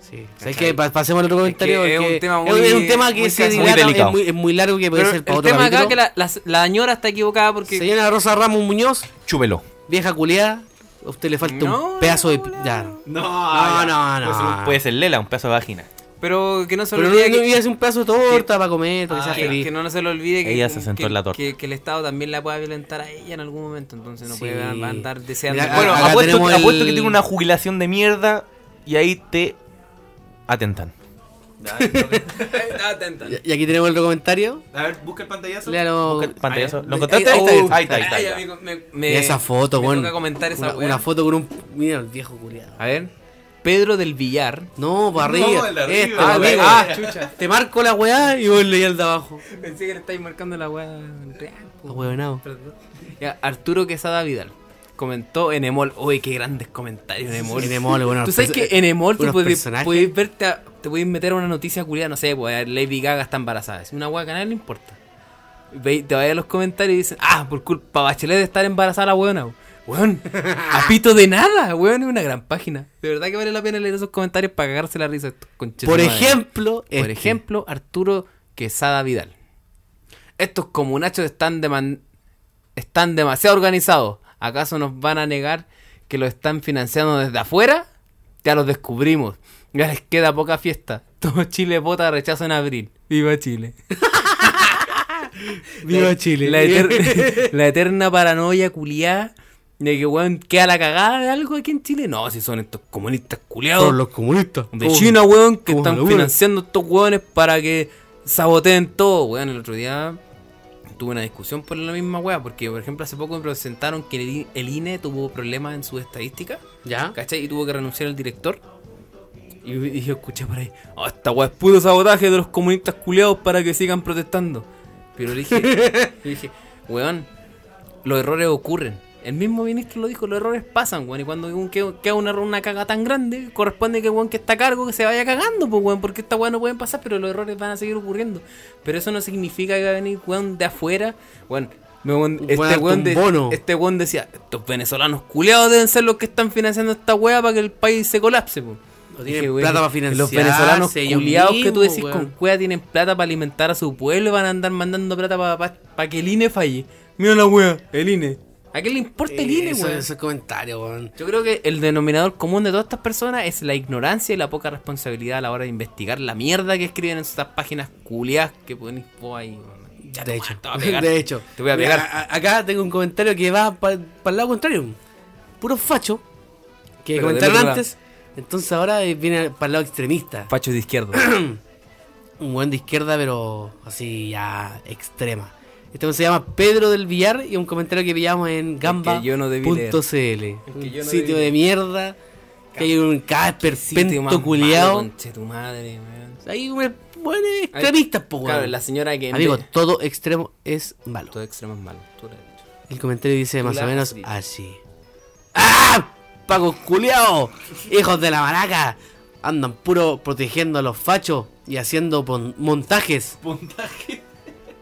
Sí. O sea, ¿Cachai? es que pa- pasemos al otro comentario. que es porque un tema es- es un muy- tema que muy se cas- muy dilata, delicado. es, muy, es muy largo que puede Pero ser el para tema acá otro es que capítulo. la, la, la señora está equivocada porque. Señora Rosa Ramos Muñoz, Chúpelo. vieja culiada, a usted le falta un No, pedazo de... no, pi- no. Ya. No, No, no, Ah, Puede ser, no. un- puede ser lela, un pedazo de vagina. Pero que no se Pero no, olvide no que, Ah, iba a hacer un pedazo de torta para comer, para que sea que- feliz. que no se le olvide que, Ella se sentó que- en la torta. que- que el Estado también la pueda violentar a ella en algún momento. Entonces no Sí. puede andar deseando. Mira, ah, Bueno, acá apuesto, tenemos que- apuesto el- que tiene una jubilación de mierda y ahí te atentan. Y- Y aquí tenemos otro comentario. A ver, busca el pantallazo. Léalo. Busca el pantallazo. Ahí- ¿Lo encontraste? ahí- Ahí está, ahí- ahí está, ahí está, ay, ahí está. amigo, me- Y me- esa foto, me weón. toca comentar esa una, weá. una foto con un. Mira el viejo culiado. A ver. Pedro del Villar. No, para arriba. el de arriba. Este, Ah, para el de- arriba. ah, chucha. Te marco la weá y vos leí el de abajo. Pensé que le estáis marcando la weá real. po. Ah, Huevonao. Perdón. Ya, Arturo Quesada Vidal. Comentó Enemol. Uy, qué grandes comentarios Enemol. Enemol, bueno, Tú sabes perso- que Enemol tú unos puedes, personajes. puedes verte a- te puedes meter a una noticia culiada, no sé, pues Lady Gaga está embarazada. Es una weá canal, no importa. Ve- te vayas a los comentarios y dicen, ah, por culpa Bachelet de estar embarazada la weona. bo". Weón, a pito de nada, weón, es una gran página. De verdad que vale la pena leer esos comentarios para cagarse la risa. de estos conchetumares. Por ejemplo, Este Por este. ejemplo, Arturo Quesada Vidal. Estos comunachos están, deman- están demasiado organizados. ¿Acaso nos van a negar que lo están financiando desde afuera? Ya los descubrimos. Ya les queda poca fiesta. Todo Chile vota rechazo en abril. Viva Chile. Viva Chile. La, eter- la eterna paranoia culiada de que, weón, queda la cagada de algo aquí en Chile. No, si son estos comunistas culiados. Por los comunistas. De Uy. China, weón, que Como están la una. financiando estos weones para que saboteen todo, weón. El otro día tuve una discusión por la misma weá, porque por ejemplo hace poco me presentaron que el I- el INE tuvo problemas en sus estadísticas, ¿Ya? ¿cachai? Y tuvo que renunciar el director. Y, y yo escuché por ahí, "Ah, esta weá es puro sabotaje de los comunistas culiados para que sigan protestando. Pero le dije, le dije, weón, los errores ocurren. El mismo ministro lo dijo, los errores pasan, weón. Y cuando un- que- queda una, una caga tan grande, corresponde que weón que está a cargo que se vaya cagando, pues weón, porque esta weón no pueden pasar, pero los errores van a seguir ocurriendo. Pero eso no significa que va a venir weón de afuera, weón. me- weón, Weón, este, harto weón un de- bono. este weón decía, estos venezolanos culeados deben ser los que están financiando esta weá para que el país se colapse, pues. No tienen Dije, weón, plata para financiarse Los venezolanos ellos culiados que tú mismos, decís weón. con cueva tienen plata para alimentar a su pueblo y van a andar mandando plata para que el INE falle. Mira la wea, el INE. ¿A qué le importa el INE, Eh, Eso- weón? Esos comentarios, weón. Yo creo que el denominador común de todas estas personas es la ignorancia y la poca responsabilidad a la hora de investigar la mierda que escriben en esas páginas culiadas que ponen vos ahí, weón. Ya de te- hecho, te voy a pegar. de hecho. Te voy a Mira, pegar. a- acá tengo un comentario que va para el lado contrario. Puro facho. Pero Que del comentaron otro lado. antes. Entonces ahora eh, viene para el lado extremista. Pacho de izquierdo. un buen de izquierda, pero así ya extrema. Este weón se llama Pedro del Villar y un comentario que pillamos en que yo no debí leer. gamba.cl. que yo un no sitio debí de mierda. Que hay un Casper Sitio más pento malo, culiao. conche tu madre, weón. Hay un buen extremista, po, Claro, weón. la señora que. en Amigo, vez- todo extremo es malo. Todo extremo es malo. Tú lo has dicho. El comentario dice más la o menos has dicho. así. ¡Ah! ¡Pacos culiao! ¡Hijos de la maraca! Andan puro protegiendo a los fachos y haciendo pon- montajes.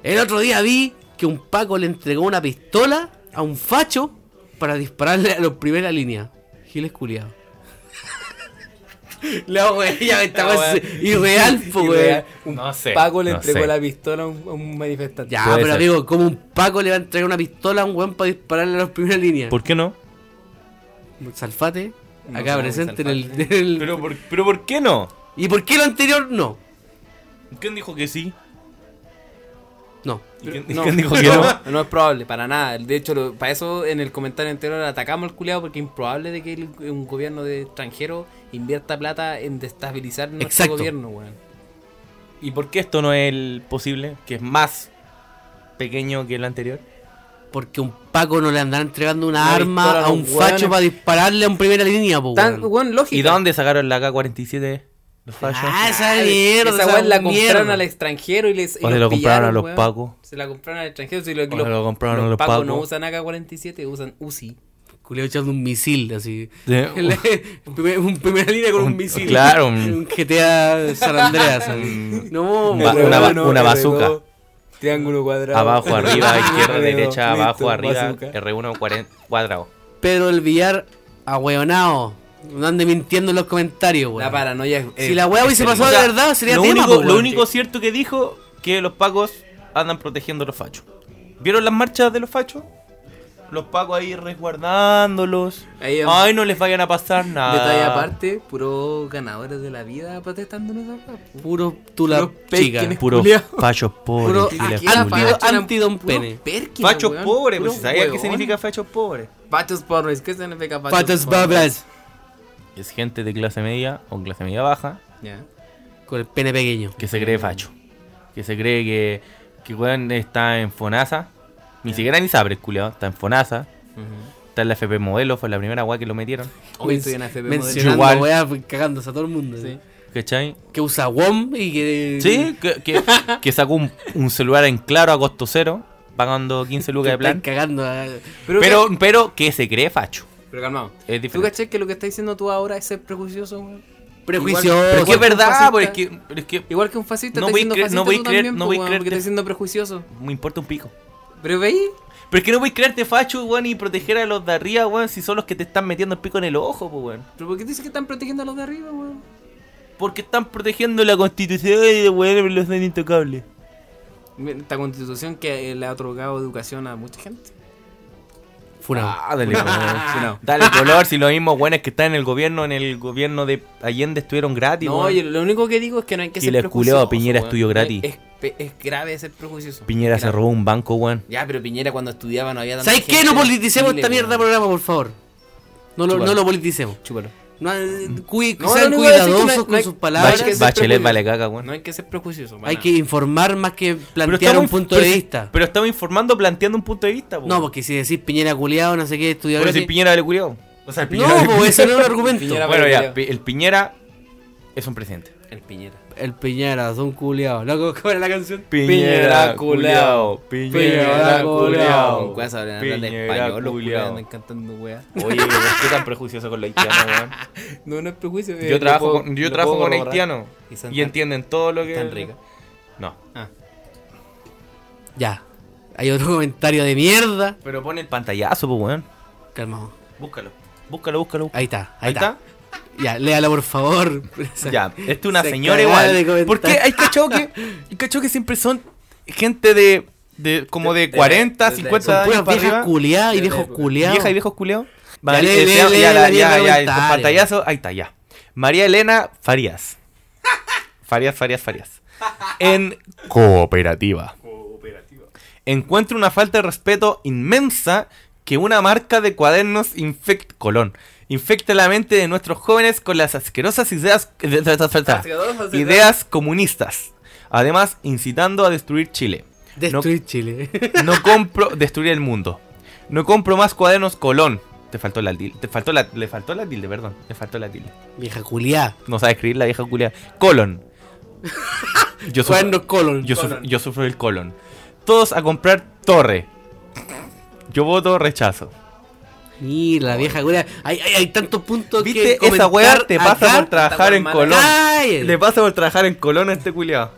El otro día vi que un Paco le entregó una pistola a un facho para dispararle a los primera línea. Giles culiao. La wea, ya me La estaba wea. irreal, po, Ah, Irreal. wea. Un No sé, Paco le no entregó sé. la pistola a un, a un manifestante. Ya, Puede pero ser. amigo, ¿cómo un Paco le va a entregar una pistola a un weón para dispararle a los primeros líneas? ¿Por qué no? Salfate, No acá somos presente en el, Salfate. en el- Pero por, pero ¿por qué no? ¿Y por qué lo anterior no? ¿Quién dijo que sí? No. ¿Y quién, No, quién dijo que no? no es probable, para nada. De hecho, lo- para eso en el comentario entero atacamos al culiado porque es improbable de que el- un gobierno de extranjero invierta plata en destabilizar nuestro Exacto. gobierno, weón. ¿Y por qué esto no es el posible? Que es más pequeño que el anterior. Porque un Paco no le andará entregando una, Una arma pistola a a un los facho hueones. para dispararle a un primera línea, po, Tan, weón. weón, lógica. ¿Y dónde sacaron la K-47? Los fallos. Ah, esa Esa mierda. Esa weón la mierda. compraron al extranjero y les. y O se los lo compraron a pillaron, los weón. pacos. Se la compraron al extranjero. Si lo, O se lo compraron a los pacos pacos. no usan AK-47, usan UCI. Culiao echando un misil, así. De- En la- un primer- un primera línea con un, Un- misil. claro, un- Un GTA San Andreas. así. No, Mm. Ba- weón. una ba- una bazooka. Triángulo cuadrado. Abajo, arriba, izquierda, Listo, derecha, abajo, listo, arriba, bazooka. R1 cuaren- cuadrado. Pedro del Villar, ahueonao. No ande mintiendo en los comentarios, weón. La paranoia es. eh, Si la weá hubiese excelente. pasado de O sea, verdad, sería lo tema, único, po, pues, lo weón. único cierto que dijo que los pacos andan protegiendo a los fachos. ¿Vieron las marchas de los fachos? Los pacos ahí resguardándolos. Ahí, um, Ay, no les vayan a pasar nada. Detalle aparte, puro ganadores de la vida protestando en esa weá. Puro tula Puro chica. Perkins, Puros culiao. fachos pobres. Puro giles aquí culiao. la pa- Anti- antidon pene. Fachos pobres, pues si sabías qué significa fachos pobres. Pachos pobres, ¿qué significa pachos Patas pobres? babas. Es gente de clase media o clase media baja Ya. Con el pene pequeño. que se cree facho. Que se cree que, que weón, está en Fonasa. Ni siquiera ni sabe, culiao. Está en Fonasa. Está en la FP Modelo, fue la primera weá que lo metieron. Hoy estoy en AFP Mencionando Igual. weá, cagándose a todo el mundo. Sí. ¿Cachai? Que usa WOM y que. Sí, que, que- que sacó un, un celular en claro a costo cero, pagando 15 lucas de Que plan. plan. cagando a- Pero, Pero, pero que se cree facho. pero calmado. Es ¿Tú diferente. caché que lo que estás diciendo tú ahora es ser prejuicioso, weón? Prejuicioso. Igual- Pero es que es verdad, fascista. pero es que, pero es que Igual que un fascista, No estás voy a siendo creer- fascista no voy a tú creer- también, no po, voy a weón, porque creerte. estás siendo prejuicioso. me importa un pico. Pero veí, Pero es que no voy a creerte facho, weón, y proteger a los de arriba, weón, si son los que te están metiendo el pico en el ojo, pues, weón. ¿pero por qué dices que están protegiendo a los de arriba, weón? Porque están protegiendo la constitución y, weón, los dan intocables. Esta constitución que eh, le ha otorgado educación a mucha gente. Funado. Ah, dale, color. si no. Dale color, si los mismos weones que están en el gobierno, en el gobierno de Allende estuvieron gratis, No, weón. oye, lo único que digo es que no hay que Y ser le prejuicioso. culeo a Piñera, weón. estudio gratis. Es, es- es grave ser prejuicioso. Piñera se Grave. robó un banco, weón. Ya, pero Piñera cuando estudiaba no había tanta ¿Sabes qué? gente No en politicemos Chile, esta mierda de weón. programa, por favor. No lo, Chúpalo. no lo politicemos. Chúpalo. No, eh, Mm. cui- No, sean lo único que voy a decir es que no hay- cuidadosos no con hay- sus La verdad es que Bach- palabras. es Bachelet prejuicioso. vale caca, weón. No hay que ser prejuicioso. para Hay nada. que informar más que Pero plantear un estamos- punto pero de si- vista. Pero estamos informando planteando un punto de vista, po. No, porque si decís Piñera culiado, no sé qué, estudiar. Pero si Piñera le curió. O sea, el No, Piñera. pues ese no es el argumento. Piñera- Bueno, ya, Piñera. Pi- el Piñera es un presidente. El Piñera. El Piñera, son culiados. Loco, ¿cómo era la canción? Piñera culiao. Piñera culiao. Con cosas hablan hablan de Piñera español, los culiados culiao. andan cantando weá. Oye, ¿por qué tan prejuicioso con los haitianos, weón? No, no es prejuicio. eh, Yo lo trabajo puedo- con, yo lo trabajo puedo con corroborar. haitianos Y son y tan- entienden todo lo que. tan ricas. No. Ya. Hay otro comentario de mierda. Pero pon el pantallazo, pues, weón. Calmado. Búscalo. Búscalo, búscalo. Ahí está, ahí, está. Ya, léala por favor. Ya, esta es una se señora cagaba igual. de comentar. ¿Por qué hay cachado que, hay cachado que siempre son gente de, de como de 40, de- 50 Son años puras para viejas arriba? culiadas y De la viejos época. culiados. Vieja y viejos culeados. Ya, lee, lee, ya, lee ya, la mierda la- ya, ya, comentario. con pantallazo, ahí está, ya. María Elena Farías. Farías, Farías, Farías. En cooperativa. Encuentro una falta de respeto inmensa que una marca de cuadernos infect Colón infecte la mente de nuestros jóvenes con las asquerosas ideas Asquerosas ideas comunistas. Además, incitando a destruir Chile. Destruir Chile. No compro destruir el mundo. No compro más cuadernos Colón. Te faltó la tilde, te faltó la, le faltó la tilde, perdón, le faltó la tilde. Vieja culiá. No sabe escribir la vieja culia. Colon. Yo sufro- Cuernos colon. yo, sufro- yo sufro el colon. Todos a comprar torre. Yo voto rechazo. Ni la vieja culiá. Hay, hay, hay tantos puntos ¿Viste? que Esa weá te pasa por trabajar weá en mala. Colón. Cállate. Le pasa por trabajar en Colón a este culiado.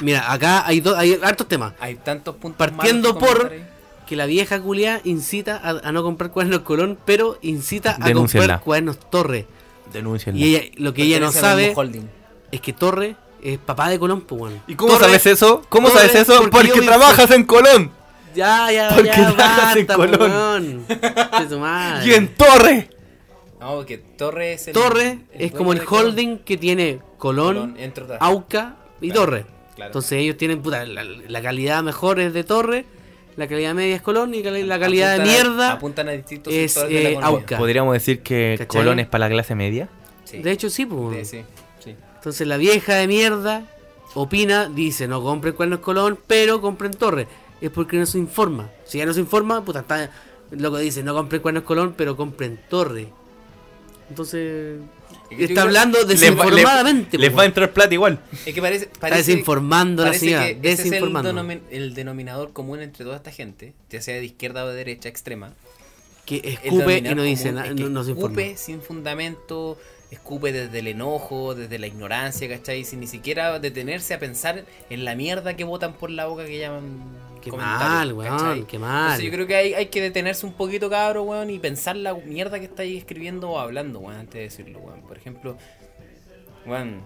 Mira, acá hay, dos hay hartos temas. Hay tantos puntos malos Partiendo que por comentar ahí. que la vieja culiá incita a, a no comprar cuadernos Colón, pero incita a Denúncienla. comprar cuadernos Torre. Denuncia. Y ella, lo que ella no Pertenece al sabe mismo holding. es que Torre es papá de Colón, pues bueno. ¿Y cómo Torre- sabes eso? ¿Cómo Torre, sabes eso? Porque, yo me- trabajas en Colón. Ya, ya, Porque ya, trabajas en basta, Colón. Colón. De su madre. Y en Torre. No, porque Torre es el. Torre es como el dueño de Colón. holding que tiene Colón, Colón, entre otras. Auca y Claro, Torre. claro. Entonces ellos tienen puta, la, la calidad mejor es de Torre, la calidad media es Colón y cali- la calidad Apuntan de a- mierda. apuntan a distintos es, sectores de la eh, economía. Auca. Podríamos decir que ¿Cachai? Colón es para la clase media. Sí. De hecho, sí, pues. Sí, sí, sí. Entonces la vieja de mierda opina, dice, no compren cuernos Colón, pero compren Torre. Es porque no se informa. Si ya no se informa, puta, está loco dice, no compren cuernos Colón, pero compren Torre. Entonces Es que yo está creo- hablando Les va- desinformadamente. les po, va a entrar plata igual. Es que parece. Está parece desinformando la parece señora, que ese es el, desinformando. denomin- el denominador común entre toda esta gente, ya sea de izquierda o de derecha extrema. que El escupe y denominador no dice común nada, es que no, no se informa. Escupe sin fundamento, escupe desde el enojo, desde la ignorancia, ¿cachai? Sin ni siquiera detenerse a pensar en la mierda que botan por la boca que llaman. Qué comentarios, mal, weón, ¿cachai? qué mal. Entonces yo creo que hay, hay que detenerse un poquito, cabro, weón, y pensar la mierda que estáis escribiendo o hablando, weón, antes de decirlo, weón. Por ejemplo, weón,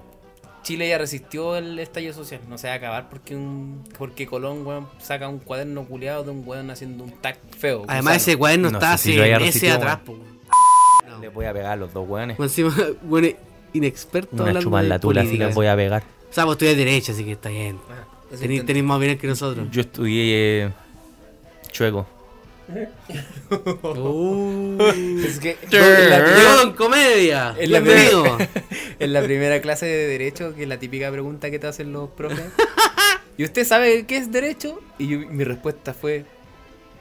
Chile ya resistió el estallido social. No se va a acabar porque un porque Colón, weón, saca un cuaderno culeado de un weón haciendo un tag feo. Además gusano. ese cuaderno No está sé si hace lo haya meses resistido, atrás, po. No. Les voy a pegar a los dos weones. Más Encima, bueno, inexperto Una hablando chupa en de la tula, así política. las voy a pegar. O sea, vos estudias derecho, así que está bien. Ah, Eso Tenéis intento. tenéis más bien que nosotros. Yo estudié eh, chueco. Es que en la, ¡Yo primera, en comedia! En la ¡Bienvenido! en la primera clase de derecho, que es la típica pregunta que te hacen los profes. ¿Y usted sabe qué es derecho? Y yo- mi respuesta fue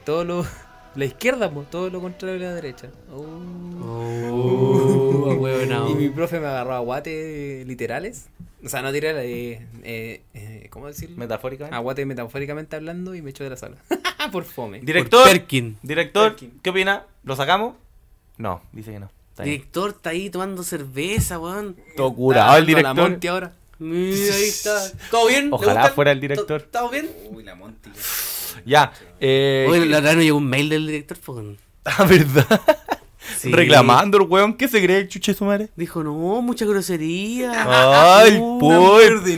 todo lo la izquierda, po, todo lo contrario de la derecha. Oh. Oh, ahueonao. Y mi profe me agarró a guate literales. O sea, no literales, eh, eh, eh, ¿cómo decirlo? Metafórica. A guate metafóricamente hablando y me echó de la sala. Por fome. Director, Por Perkin. director, Perkin. ¿qué opina? ¿Lo sacamos? No, dice que no. Está bien. Director está ahí tomando cerveza, weón. Todo curado el Está dando la director. Monty ahora. Mira, ahí está. ¿Todo bien? ¿Le Ojalá gusta? fuera el director. ¿Todo- ¿Todo bien? Uy, la Monty. Ya. Eh, Oye, la verdad no llegó un mail del director, po. weón. Ah, ¿verdad? Sí. Reclamando el weón. ¿Qué se cree el chuche su madre? Dijo, no, mucha Ah. grosería. Ay, Ah, Una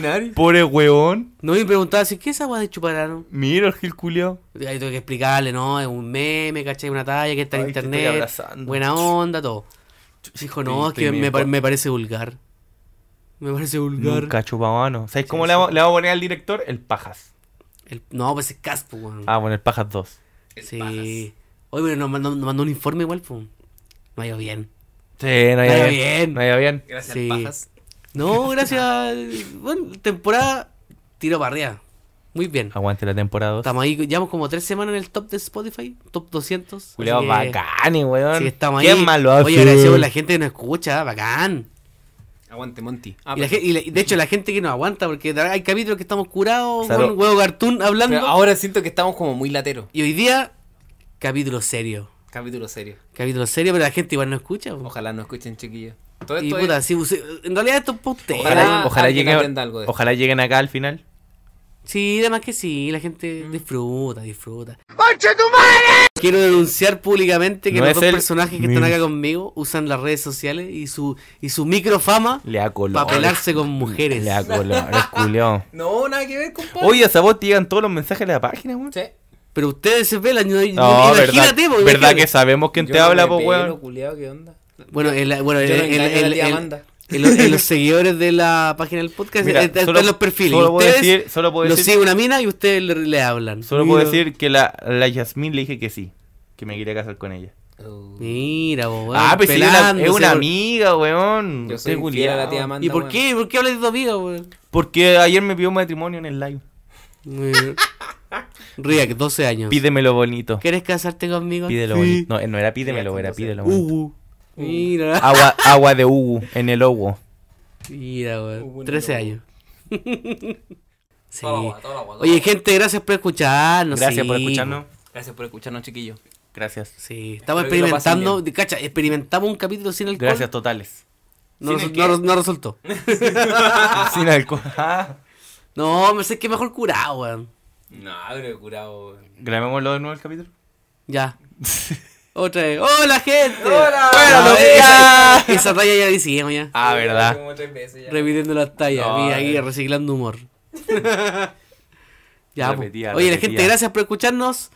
pobre. Pobre weón. No me preguntaba así, ¿qué es esa weá de chuparano? Mira el gil culiao. Y Ahí tuve que explicarle, no, es un meme, ¿cachai? Una talla que está en Ay, te estoy internet. abrazando. Buena onda, todo. Dijo, no, es estoy que me, medio pa- pa- me parece vulgar. Me parece vulgar. Nunca chupamano. ¿Sabes cómo le vamos, le vamos a poner al director? El Pajas. El- no, pues es caspo, weón. Ah, bueno, el Pajas 2. sí. Oye, pero nos mandó, nos mandó un informe igual, pues. No ha ido bien. Sí, no No ha ido había bien. bien. No había bien. Gracias, Sí. pajas. No, gracias. bueno, temporada tiro para arriba. Muy bien. Aguante la temporada 2. Estamos ahí, llevamos como tres semanas en el top de Spotify, top 200. Culeado así que- bacani, weón. así que estamos ¿Quién ahí. más lo hace? Oye, agradecemos a la gente que nos escucha, bacán. Aguante, Monty. Ah, y la perdón. gen- y la- de hecho, la gente que nos aguanta, porque da- hay capítulos que estamos curados, Claro. con huevo cartoon hablando. Pero ah, ahora siento que estamos como muy lateros. Y hoy día, capítulo serio. Capítulo serio. Capítulo serio, pero la gente igual no escucha. po. Ojalá no escuchen, chiquillos. Todo y esto es- puta, sí, usted- en realidad esto es pa' ustedes. Ojalá- Ojalá, ojalá alguien lleguen, aprenda algo de esto. ojalá lleguen acá al final. Sí, además que sí, la gente Mm. disfruta, disfruta. Quiero denunciar públicamente que No los es dos el- personajes que están acá conmigo usan las redes sociales y su y su microfama Le da color. para pelarse con mujeres. Le da colores, culiao. No, nada que ver, compadre. Oye, a vos te llegan todos los mensajes de la página, weón. Sí. Pero ustedes se pelan, yo- yo- No, verdad, imagínate, po, verdad imagínate. que sabemos quién Yo te no habla, me pues, pelo, weón. Eh, culiao, ¿qué onda? Bueno, en la- bueno, Yo no en- engaño en- a la tía en- Amanda. en los- en los seguidores de la página del podcast Mira, eh, están solo- los perfiles. solo puedo ustedes decir- solo puedo lo decir- sigue una mina y ustedes le, le hablan. Solo puedo Mira. decir que la, la Yasmín le dije que sí. que me quería casar con ella. Mira, vos, weón. ah, pues sí, es una- es pelándose, una por- amiga, weón. Yo soy Estoy infiel a la culiao. tía Amanda. ¿Y por weón. qué? ¿Por qué hablas de tu amiga, weón? Porque ayer me pidió matrimonio en el live. Eh, Riak, 12 años. Pídemelo bonito. ¿Quieres casarte conmigo? Pídelo Sí. bonito. No, eh, no era pídemelo, era pídelo bonito. Ugu. Mira, Agua, agua de Ugu en el ogo. mira, weón. Ugu, 13 Ugu. años. sí. Toda la guada, toda la guada, toda la Oye, guada. gente, gracias por escucharnos. Gracias sí, por escucharnos. Gracias por escucharnos, chiquillos. Gracias. Sí, estamos Espero que lo pasen experimentando. Cacha, experimentamos un capítulo sin alcohol. Gracias totales. No, resu- no res- no resultó. Sin alcohol. Ah. No, me sé que mejor curado, weón. No, pero curado. weón. Grabémoslo de nuevo el capítulo. Ya. Otra vez. ¡Hola, gente! ¡Hola! Bueno, ¡Buenos Ah, esa, esa talla ya la hicimos ya. Ah, verdad. Como tres veces ya. Repitiendo las tallas. No, Mira, eh. aquí reciclando humor. ya, po. Repetía, Oye, la repetía. gente, gracias por escucharnos.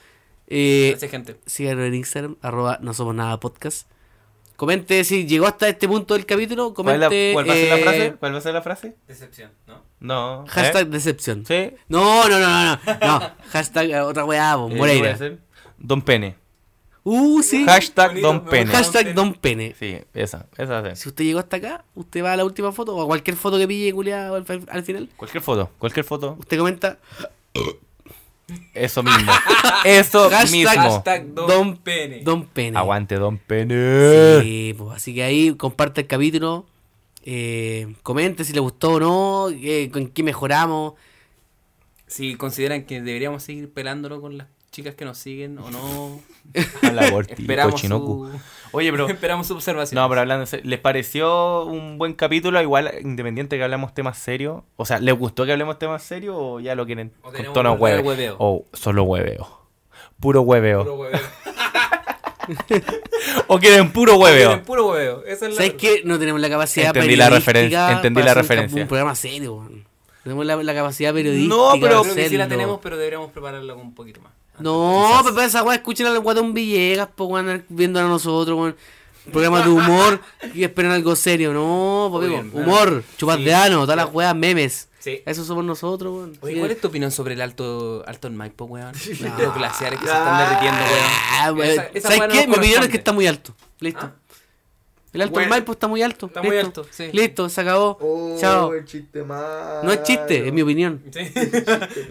Eh, Gracias, gente. síganos en Instagram, arroba no somos nada podcast. Comente si llegó hasta este punto del capítulo. ¿Cuál, es la- Comente. cuál va a ser la eh, frase? ¿Cuál va a ser la frase? Decepción, ¿no? No. ¿eh? Hashtag decepción. Sí. No, no, no, no, no. no. Hashtag eh, otra weá, po, Eh, puede Moreira. ser. Don Pene. Uh, sí. Hashtag Bonito, Don me Pene. gusta. Hashtag Don Pene. Sí, esa, esa va a ser. Si usted llegó hasta acá, usted va a la última foto o a cualquier foto que pille, culiado, al, al final. Cualquier foto, cualquier foto. Usted comenta Eso mismo. Eso Hashtag- mismo. Hashtag Don, Don- Pene. Don Pene. Aguante Don Pene. Sí, pues, así que ahí comparte el capítulo. eh, comente si le gustó o no, eh, con qué mejoramos. Si consideran que deberíamos seguir pelándolo con las chicas que nos siguen o no, A la Borti, esperamos Cochinocu. su, Oye, pero esperamos su observación. No, pero hablando, en serio, ¿les pareció un buen capítulo? Igual, independiente que hablamos temas serios. O sea, ¿les gustó que hablemos temas serios o ya lo quieren O con tenemos tono que volver al hueve? hueveo. O solo hueveo. Puro hueveo. Puro hueveo. O quieren puro hueveo. Tienen Puro hueveo. Esa es la. ¿Sabes qué? No tenemos la capacidad Entendí la periodística referencia, entendí para la hacer un cap- referencia. Un programa serio, weón. Tenemos la, la capacidad periodística. No, pero- para Creo que sí la hacerlo. tenemos, pero deberíamos prepararla con un poquito más. No, papá, esa weá, escuchen al guatón Villegas, po, weón, viéndonos a nosotros, weón. Programa de humor y esperan algo serio, no, papi, Muy bien, weón. humor, chupas Sí. de ano, todas las weas, memes. Sí. Eso somos nosotros, weón. Oye, Sí. ¿cuál es tu opinión sobre el alto, alto en Maipo, weón? Los glaciares que se están derritiendo, weón. Ah, weón. Esa- esa ¿Sabes weá no qué? nos Mi opinión es que corresponde. está muy alto. Listo. Ah. El alto del Bueno. Maipo está muy alto. Está muy listo. alto, sí. Listo, se acabó. Chao. No es chiste, es mi opinión.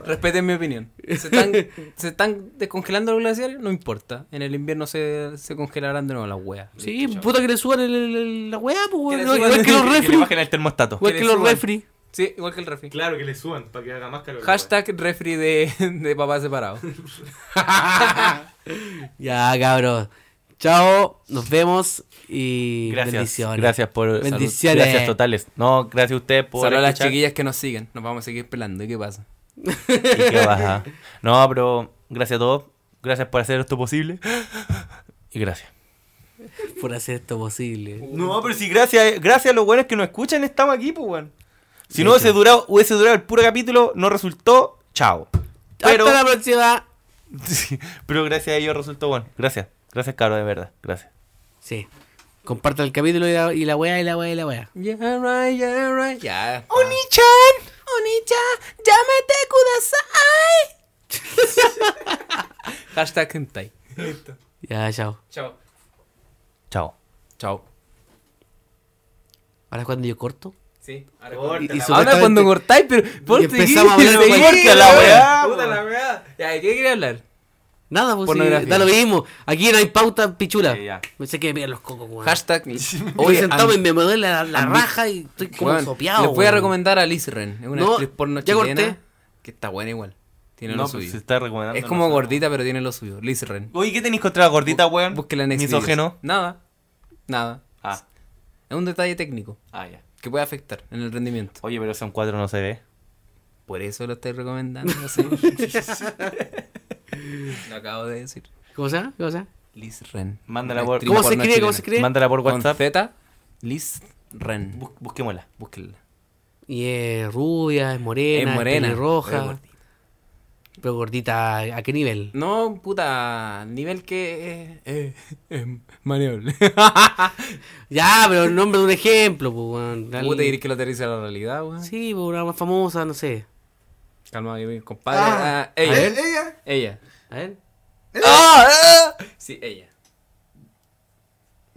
Respeten mi opinión. Se están, se están descongelando los glaciares, no importa. En el invierno se, se congelarán de nuevo las weas. Sí, puta que le suban el- el- el- la weá, pues, Que weón. le No, suban Igual que los Que le refri. bajen el termostato. Igual que que le los suban. refri. Sí, igual que el refri. Claro que le suban para que haga más calor. Hashtag refri de, de papá separado. Ya, cabros. Chao, nos vemos y Gracias. bendiciones. Gracias por. Bendiciones. Gracias totales. No, gracias a ustedes por. Solo a las escuchar. chiquillas que nos siguen. Nos vamos a seguir pelando. ¿Y qué pasa? Y que baja. No, pero gracias a todos. Gracias por hacer esto posible. Y gracias. por hacer esto posible. No, pero si gracias, gracias a los buenos que nos escuchan estamos aquí, pues, weón. Si De no hecho. hubiese durado, hubiese durado el puro capítulo, no resultó, chao. Pero, Hasta la próxima. Sí, pero gracias a ellos resultó bueno. Gracias. Gracias, Caro, de verdad. Gracias. Sí. Compartan el capítulo y la, y la wea y la wea y la wea. Yeah, right, yeah, right. Ya. Ah. ¡Oni-chan! Onicha, llámate Kudasai. Hashtag hentai. Ya, chao. Chao. Chao. Chao. Ahora es cuando yo corto. Sí. ahora Y- y corta la- sobre- este- Supuestamente- Ahora cuando cortáis, pero Y empezamos a hablar seguí, cualquier- seguí, la weá, Puta la weá. Ya, ¿de qué quería hablar? Nada, pues sí, Pornografía. da lo mismo. Aquí no hay pauta pichula. Sí, ya. Me sé que me los cocos, weón. Hashtag. Hoy sentado am- me- me duele la, la ambi- raja y estoy como weón, sopeado. Les voy a weón. recomendar a Liz Ren. Es una No, actriz porno ya chilena. corté. Que está buena igual. Tiene No, lo pues suyo. se está recomendando. es como no sé. gordita, pero tiene lo suyo. Liz Ren. Oye, ¿qué tenéis contra la gordita, weón? Búsquela en Xvideos. Misógeno. Nada. Nada. Ah, Es un detalle técnico ah, ya. que puede afectar en el rendimiento. Oye, pero son cuatro, no se ve. Por eso lo estoy recomendando. no sé. lo acabo de decir. ¿Cómo se llama? ¿Cómo se llama? Liz Ren. Mándala Una por- actriz ¿Cómo se porno escribe? chilena. ¿Cómo se escribe? Mándala por Con WhatsApp. Z, Liz Ren. Bus- busquémosla. Búsquenla. Y es rubia, es morena, Es morena, pero roja. gordita. Pero gordita, ¿a qué nivel? No, puta, nivel que es eh, eh, maneable. Ya, pero el nombre de un ejemplo, pues, weón. Dale. ¿Cómo te dirás que lo aterriza a la realidad, weón? Sí, pues, una más famosa, no sé. Calma, que mi compadre. Ah, ella. A ver. Ella. A ver. ¡Ah! Sí, ella.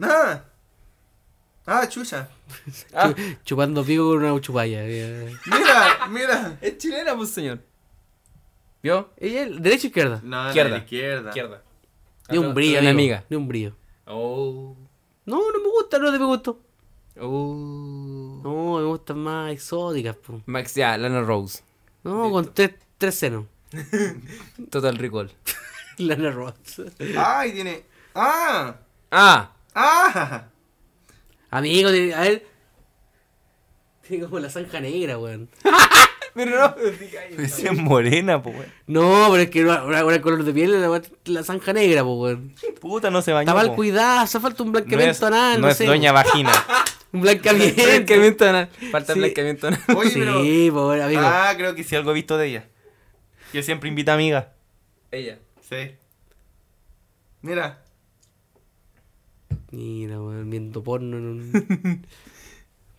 ¡Ah! ¡Ah, chucha! Chu- Chupando pico con una chupalla. eh. ¡Mira, mira! Es chilena, pues, señor. ¿Vio? Ella, derecha o izquierda. No, Izquierda. la izquierda. Izquierda. Ni un brillo, una amigo, amiga. Ni un brillo. Oh. No, no me gusta, no te me gustó. Uh. No, me gustan más exóticas, po. Max, ya, Lana Rose. No, con tres, tres senos. Total Recall. Lana Rose. ¡Ay, tiene! ¡Ah! Ah, ¡Ah! Amigo, tiene- a ver. Tiene como la zanja negra, weón. Es morena, po, weón. No, pero es que ahora ahora el color de piel la, la zanja negra, po, weón. Puta, no se bañó. Está mal po. cuidado, hace falta un No blanqueamiento es, anal, no, no es sé. doña vagina. Un blanqueamiento. blanqueamiento anal. Falta Sí. blanqueamiento anal. Oye, sí, pero. po, weón, amigo. ah, creo que sí, algo he visto de ella. Que siempre invita amigas. Ella. Sí. Mira. Mira, weón, viendo porno. en un-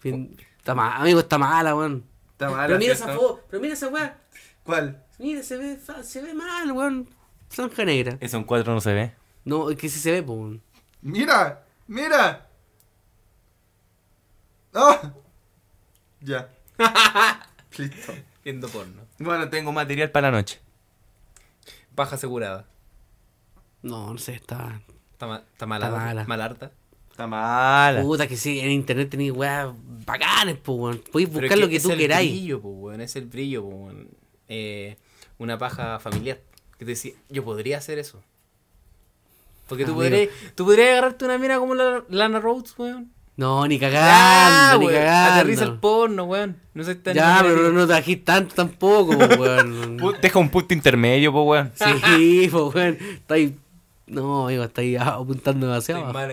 Bien- Está mal, amigo, está mala, weón. Está mal. Pero mira esa foto, pero mira esa weá. ¿Cuál? Mira, se ve, fa- se ve mal, weón. Zanja negra. Eso en cuatro no se ve. No, es que sí se ve, po, weón. ¡Mira! ¡Mira! ¡Ah! Ya. Listo. Viendo porno. Bueno, tengo material para la noche. Baja asegurada. No, no sé, está. Está, ma- está mala. Está mala. Malarta. Está mala. Puta que sí, en internet tenéis weas bacanes, po, weón. Podéis Pero buscar es lo que es tú el queráis. Brillo, po, weón, Es el brillo, po, weón. Eh, una paja familiar. Que te decía, yo podría hacer eso. Porque tú Amigo. podrías, tú podrías agarrarte una mina como la, Lana Rhodes, weón. No, ni cagando, Ah, ni weón, cagando. Aterriza el porno, weón. No sé tan ya, pero no trajiste tanto tampoco, po, weón. Pu- Deja un punto intermedio, po, weón. sí, po, weón. Está ahí. No, amigo, está ahí apuntando demasiado. abajo.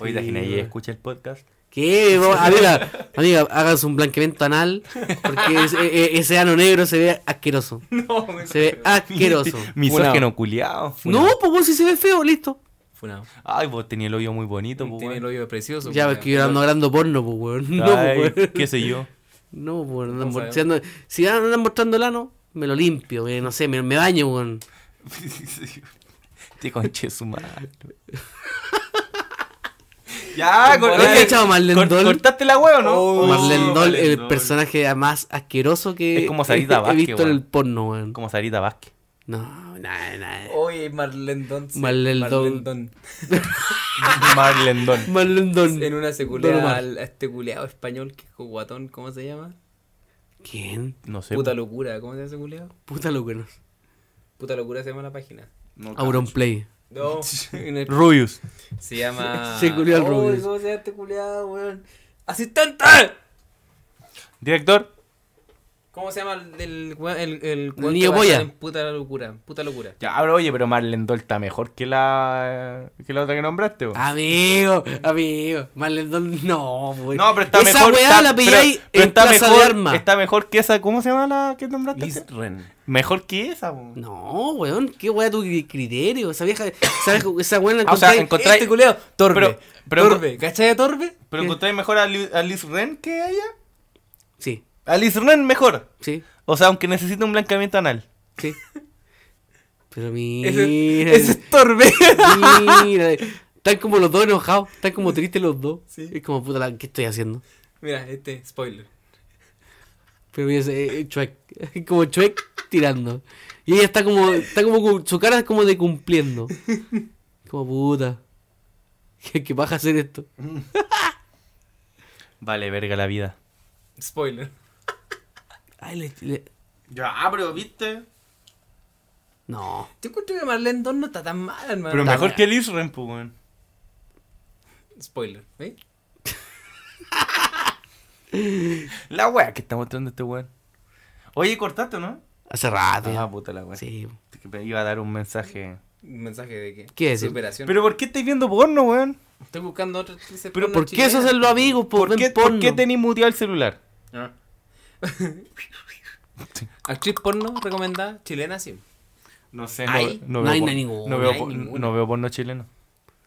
Hoy Sí, la Ginaí weón. escucha el podcast. ¿Qué? po? Amiga, amiga, háganse un blanqueamiento anal. Porque es- e- e- ese ano negro se ve asqueroso. se ve asqueroso. Misógeno culiao. No, pues vos si se ve feo, listo. Funado. Ay, vos tenías el hoyo muy bonito, po, Tiene el weón. hoyo precioso. Ya, weón. porque yo ando hablando porno, pues, weón. No, Ay, pues, weón. qué sé yo. No, pues, andan ¿Cómo mor- sabemos? si, andan, si andan mostrando el ano, me lo limpio, eh, no sé, me, me baño, weón. Este Te conche su madre. Ya, ¿No con has cachado Marlene Cor- Doll? Oh, ¿Cortaste la hueá o no? Marlene Doll, eh, el Doll. personaje más asqueroso que Es como he- Sarita he Vázquez, visto en weón. el porno, weón. Como Sarita Vázquez. No, nada, nada. Oye, Marlene Don. sí, Marlene Don. Don. Marlene Doll. Marlene Doll. En una Don seculea Omar. al, a este culeado español que es guatón, ¿cómo se llama? ¿Quién? No sé. Puta po. locura, ¿cómo se llama ese culeado? Puta lo que no. Puta locura se llama la página. Auronplay. No, en el- Rubius. se llama. Se culió al Oy, Rubius. ¿Cómo se llama este culeado, weón? ¡Asistente! Director. ¿Cómo se llama el, el, weón- el, el weón niño que va a polla. estar en Puta locura, puta locura. Ya, pero oye, pero Marlene Doll está mejor que la que la otra que nombraste, Ah, po. Amigo, amigo. Marlene Doll, no, weón. No, pero está pues, Esa mejor. weá está- la pero- pilláis pero en está Plaza mejor, de Armas. Está mejor que esa. ¿Cómo se llama la que nombraste? Liz Ren. Mejor que esa, po. No, weón, qué weá tu cri- criterio. Esa vieja, esa, vieja- esa weá la Ah, o sea, encontré. encontráis- Este culeado, Torbe. Pero- pero- torbe, ¿cachai de Torbe? ¿Pero ¿Qué? encontráis mejor a, Lu- a Liz Ren que a ella? Sí, A Liz Ren mejor. sí, O sea, aunque necesite un blanqueamiento anal. sí. Pero Ese, mira. ese es Torbe. Mira, están como los dos enojados, están como tristes los dos. Es como puta la, ¿qué estoy haciendo? Mira, este, spoiler. Pero mira, ese, eh, chuec, como chuec tirando. Y ella está como, está como, cu- su cara es como de cumpliendo. Como puta. ¿Qué, qué paja hacer esto? Vale, verga la vida. Spoiler. Ay, le- le- Ya, pero viste. no. Yo encuentro que Marlene Don no está tan mal, hermano. Pero Está- mejor que Liz Ren, pues, weón. Spoiler, ¿eh? La wea que está mostrando este weón. Oye, cortaste, ¿no? Hace rato. ya. Ah, puta la wea. Sí. Que me Iba a dar un mensaje. Un mensaje de qué? ¿Qué decir? Superación. ¿Pero por qué estáis viendo porno, weón? Estoy buscando otra actriz Pero ¿Por qué eso hacen los amigos? ¿Por, ¿Por ven qué, ¿por porno? qué tenéis muteado el celular? Ah. Actriz porno recomendada, chilena, sí. No sé, no- Ay, no no veo hay por- ninguna, No no veo, veo hay por- ninguna. no no veo porno chileno.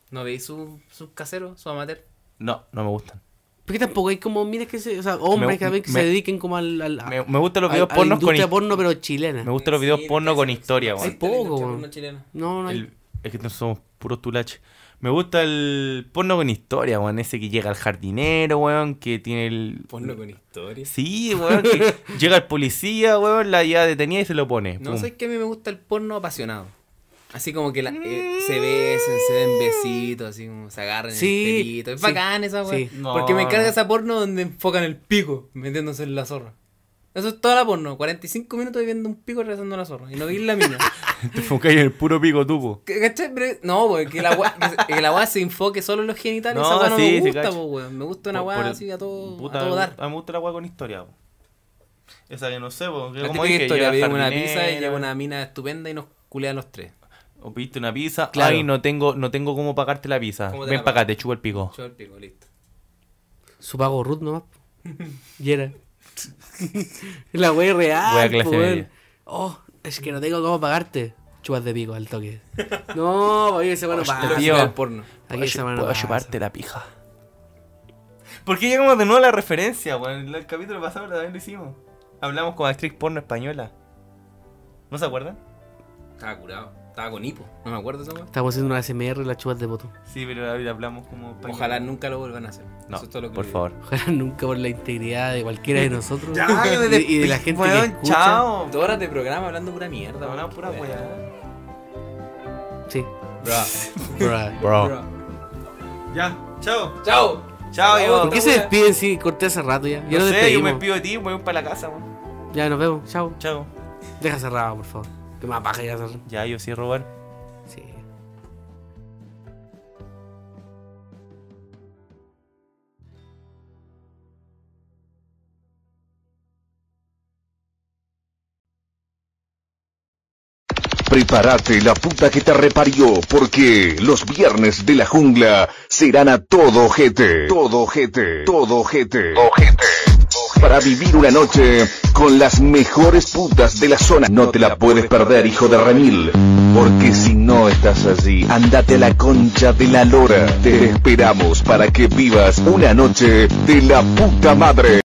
¿No veis sus su caseros, su amateur? No, no me gustan. Porque tampoco hay como minas que se, o sea, hombres Me- que también que me- se dediquen como al, al Me, me gustan los al- videos a la porno con industria hi- porno pero chilena. Me gustan los videos porno con historia, Hay weón. poco, weón. chilena. No, no hay. El- Es que no somos puros tulaches. Me gusta el porno con historia, weón. Ese que llega al jardinero, weón. Que tiene el. Ponlo con historias. Sí, weón. que llega el policía, weón. La ya detenida y se lo pone. No Pum. sé, es que a mí me gusta el porno apasionado. Así como que la- eh, se besen, se den besitos, así como se agarran Sí, el pelito. Es sí, bacán esa weá. sí. Porque me No. encanta esa porno donde enfocan el pico metiéndose en la zorra. Eso es toda la porno. 45 minutos viendo un pico regresando a la zorra. Y no vi la mina. Te enfocas en el puro pico tubo. ¿Ca- ¿Cachai? Pero- No, porque la weá que se- que la weá se enfoque solo en los genitales. No, esa weá no sí, me sí, gusta, cacho. po, weón. Me gusta una Por- weá por el- así a todo, Puta, a todo dar. A mí me gusta la weá con historia, weón. Esa que no sé, weón. que La como típica dije, llega historia, al pedimos una jardinero, pizza y llega una mina estupenda y nos culean los tres. O pediste una pizza. Claro. Ay, no tengo, no tengo cómo pagarte la pizza. ¿Cómo te Ven la para pago? acá, te chupo el pico. Yo el pico, listo. Su pago root nomás. Y era. la wea real. Wea clase po, weón. media. Oh, es que no tengo cómo pagarte. Chupas de pico al toque. No, oye, ese bueno te pasa. tío. Tío. Ah, El porno. Aquí esa mano Puedo pasa. chuparte la pija. ¿Por qué llegamos de nuevo a la referencia, weón? El capítulo pasado también lo hicimos. Hablamos con actriz porno española. ¿No se acuerdan? Estaba curado. Estaba con hipo. No me acuerdo esa weá. Estamos haciendo una SMR y las chupas de voto. Sí, pero ahorita hablamos como española. Ojalá nunca lo vuelvan a hacer. No, Eso es todo lo que por le digo. favor. Ojalá nunca por la integridad de cualquiera de nosotros. Ya, y, de- y de la gente que Weón, escucha. chao. Dos horas de programa hablando pura mierda. Hablamos weón. pura weá. Sí. Bro. Bro. Bro. Ya, chao. Chao. Chao, yo. ¿Por qué se despiden si corté hace rato ya? Ya Yo nos sé, yo despedimos. me despido de ti, voy para la casa, weón. Ya nos vemos. Chao. Chao. Deja cerrado, por favor. Que más paja ya cerrar. Ya, yo sí, robar. Sí. Prepárate la puta que te reparió, porque los viernes de la jungla serán a todo ojete. Todo ojete. Todo ojete. Para vivir una noche con las mejores putas de la zona. No te la puedes perder, hijo de Remil. Porque si no estás así, andate a la concha de la lora. Te esperamos para que vivas una noche de la puta madre.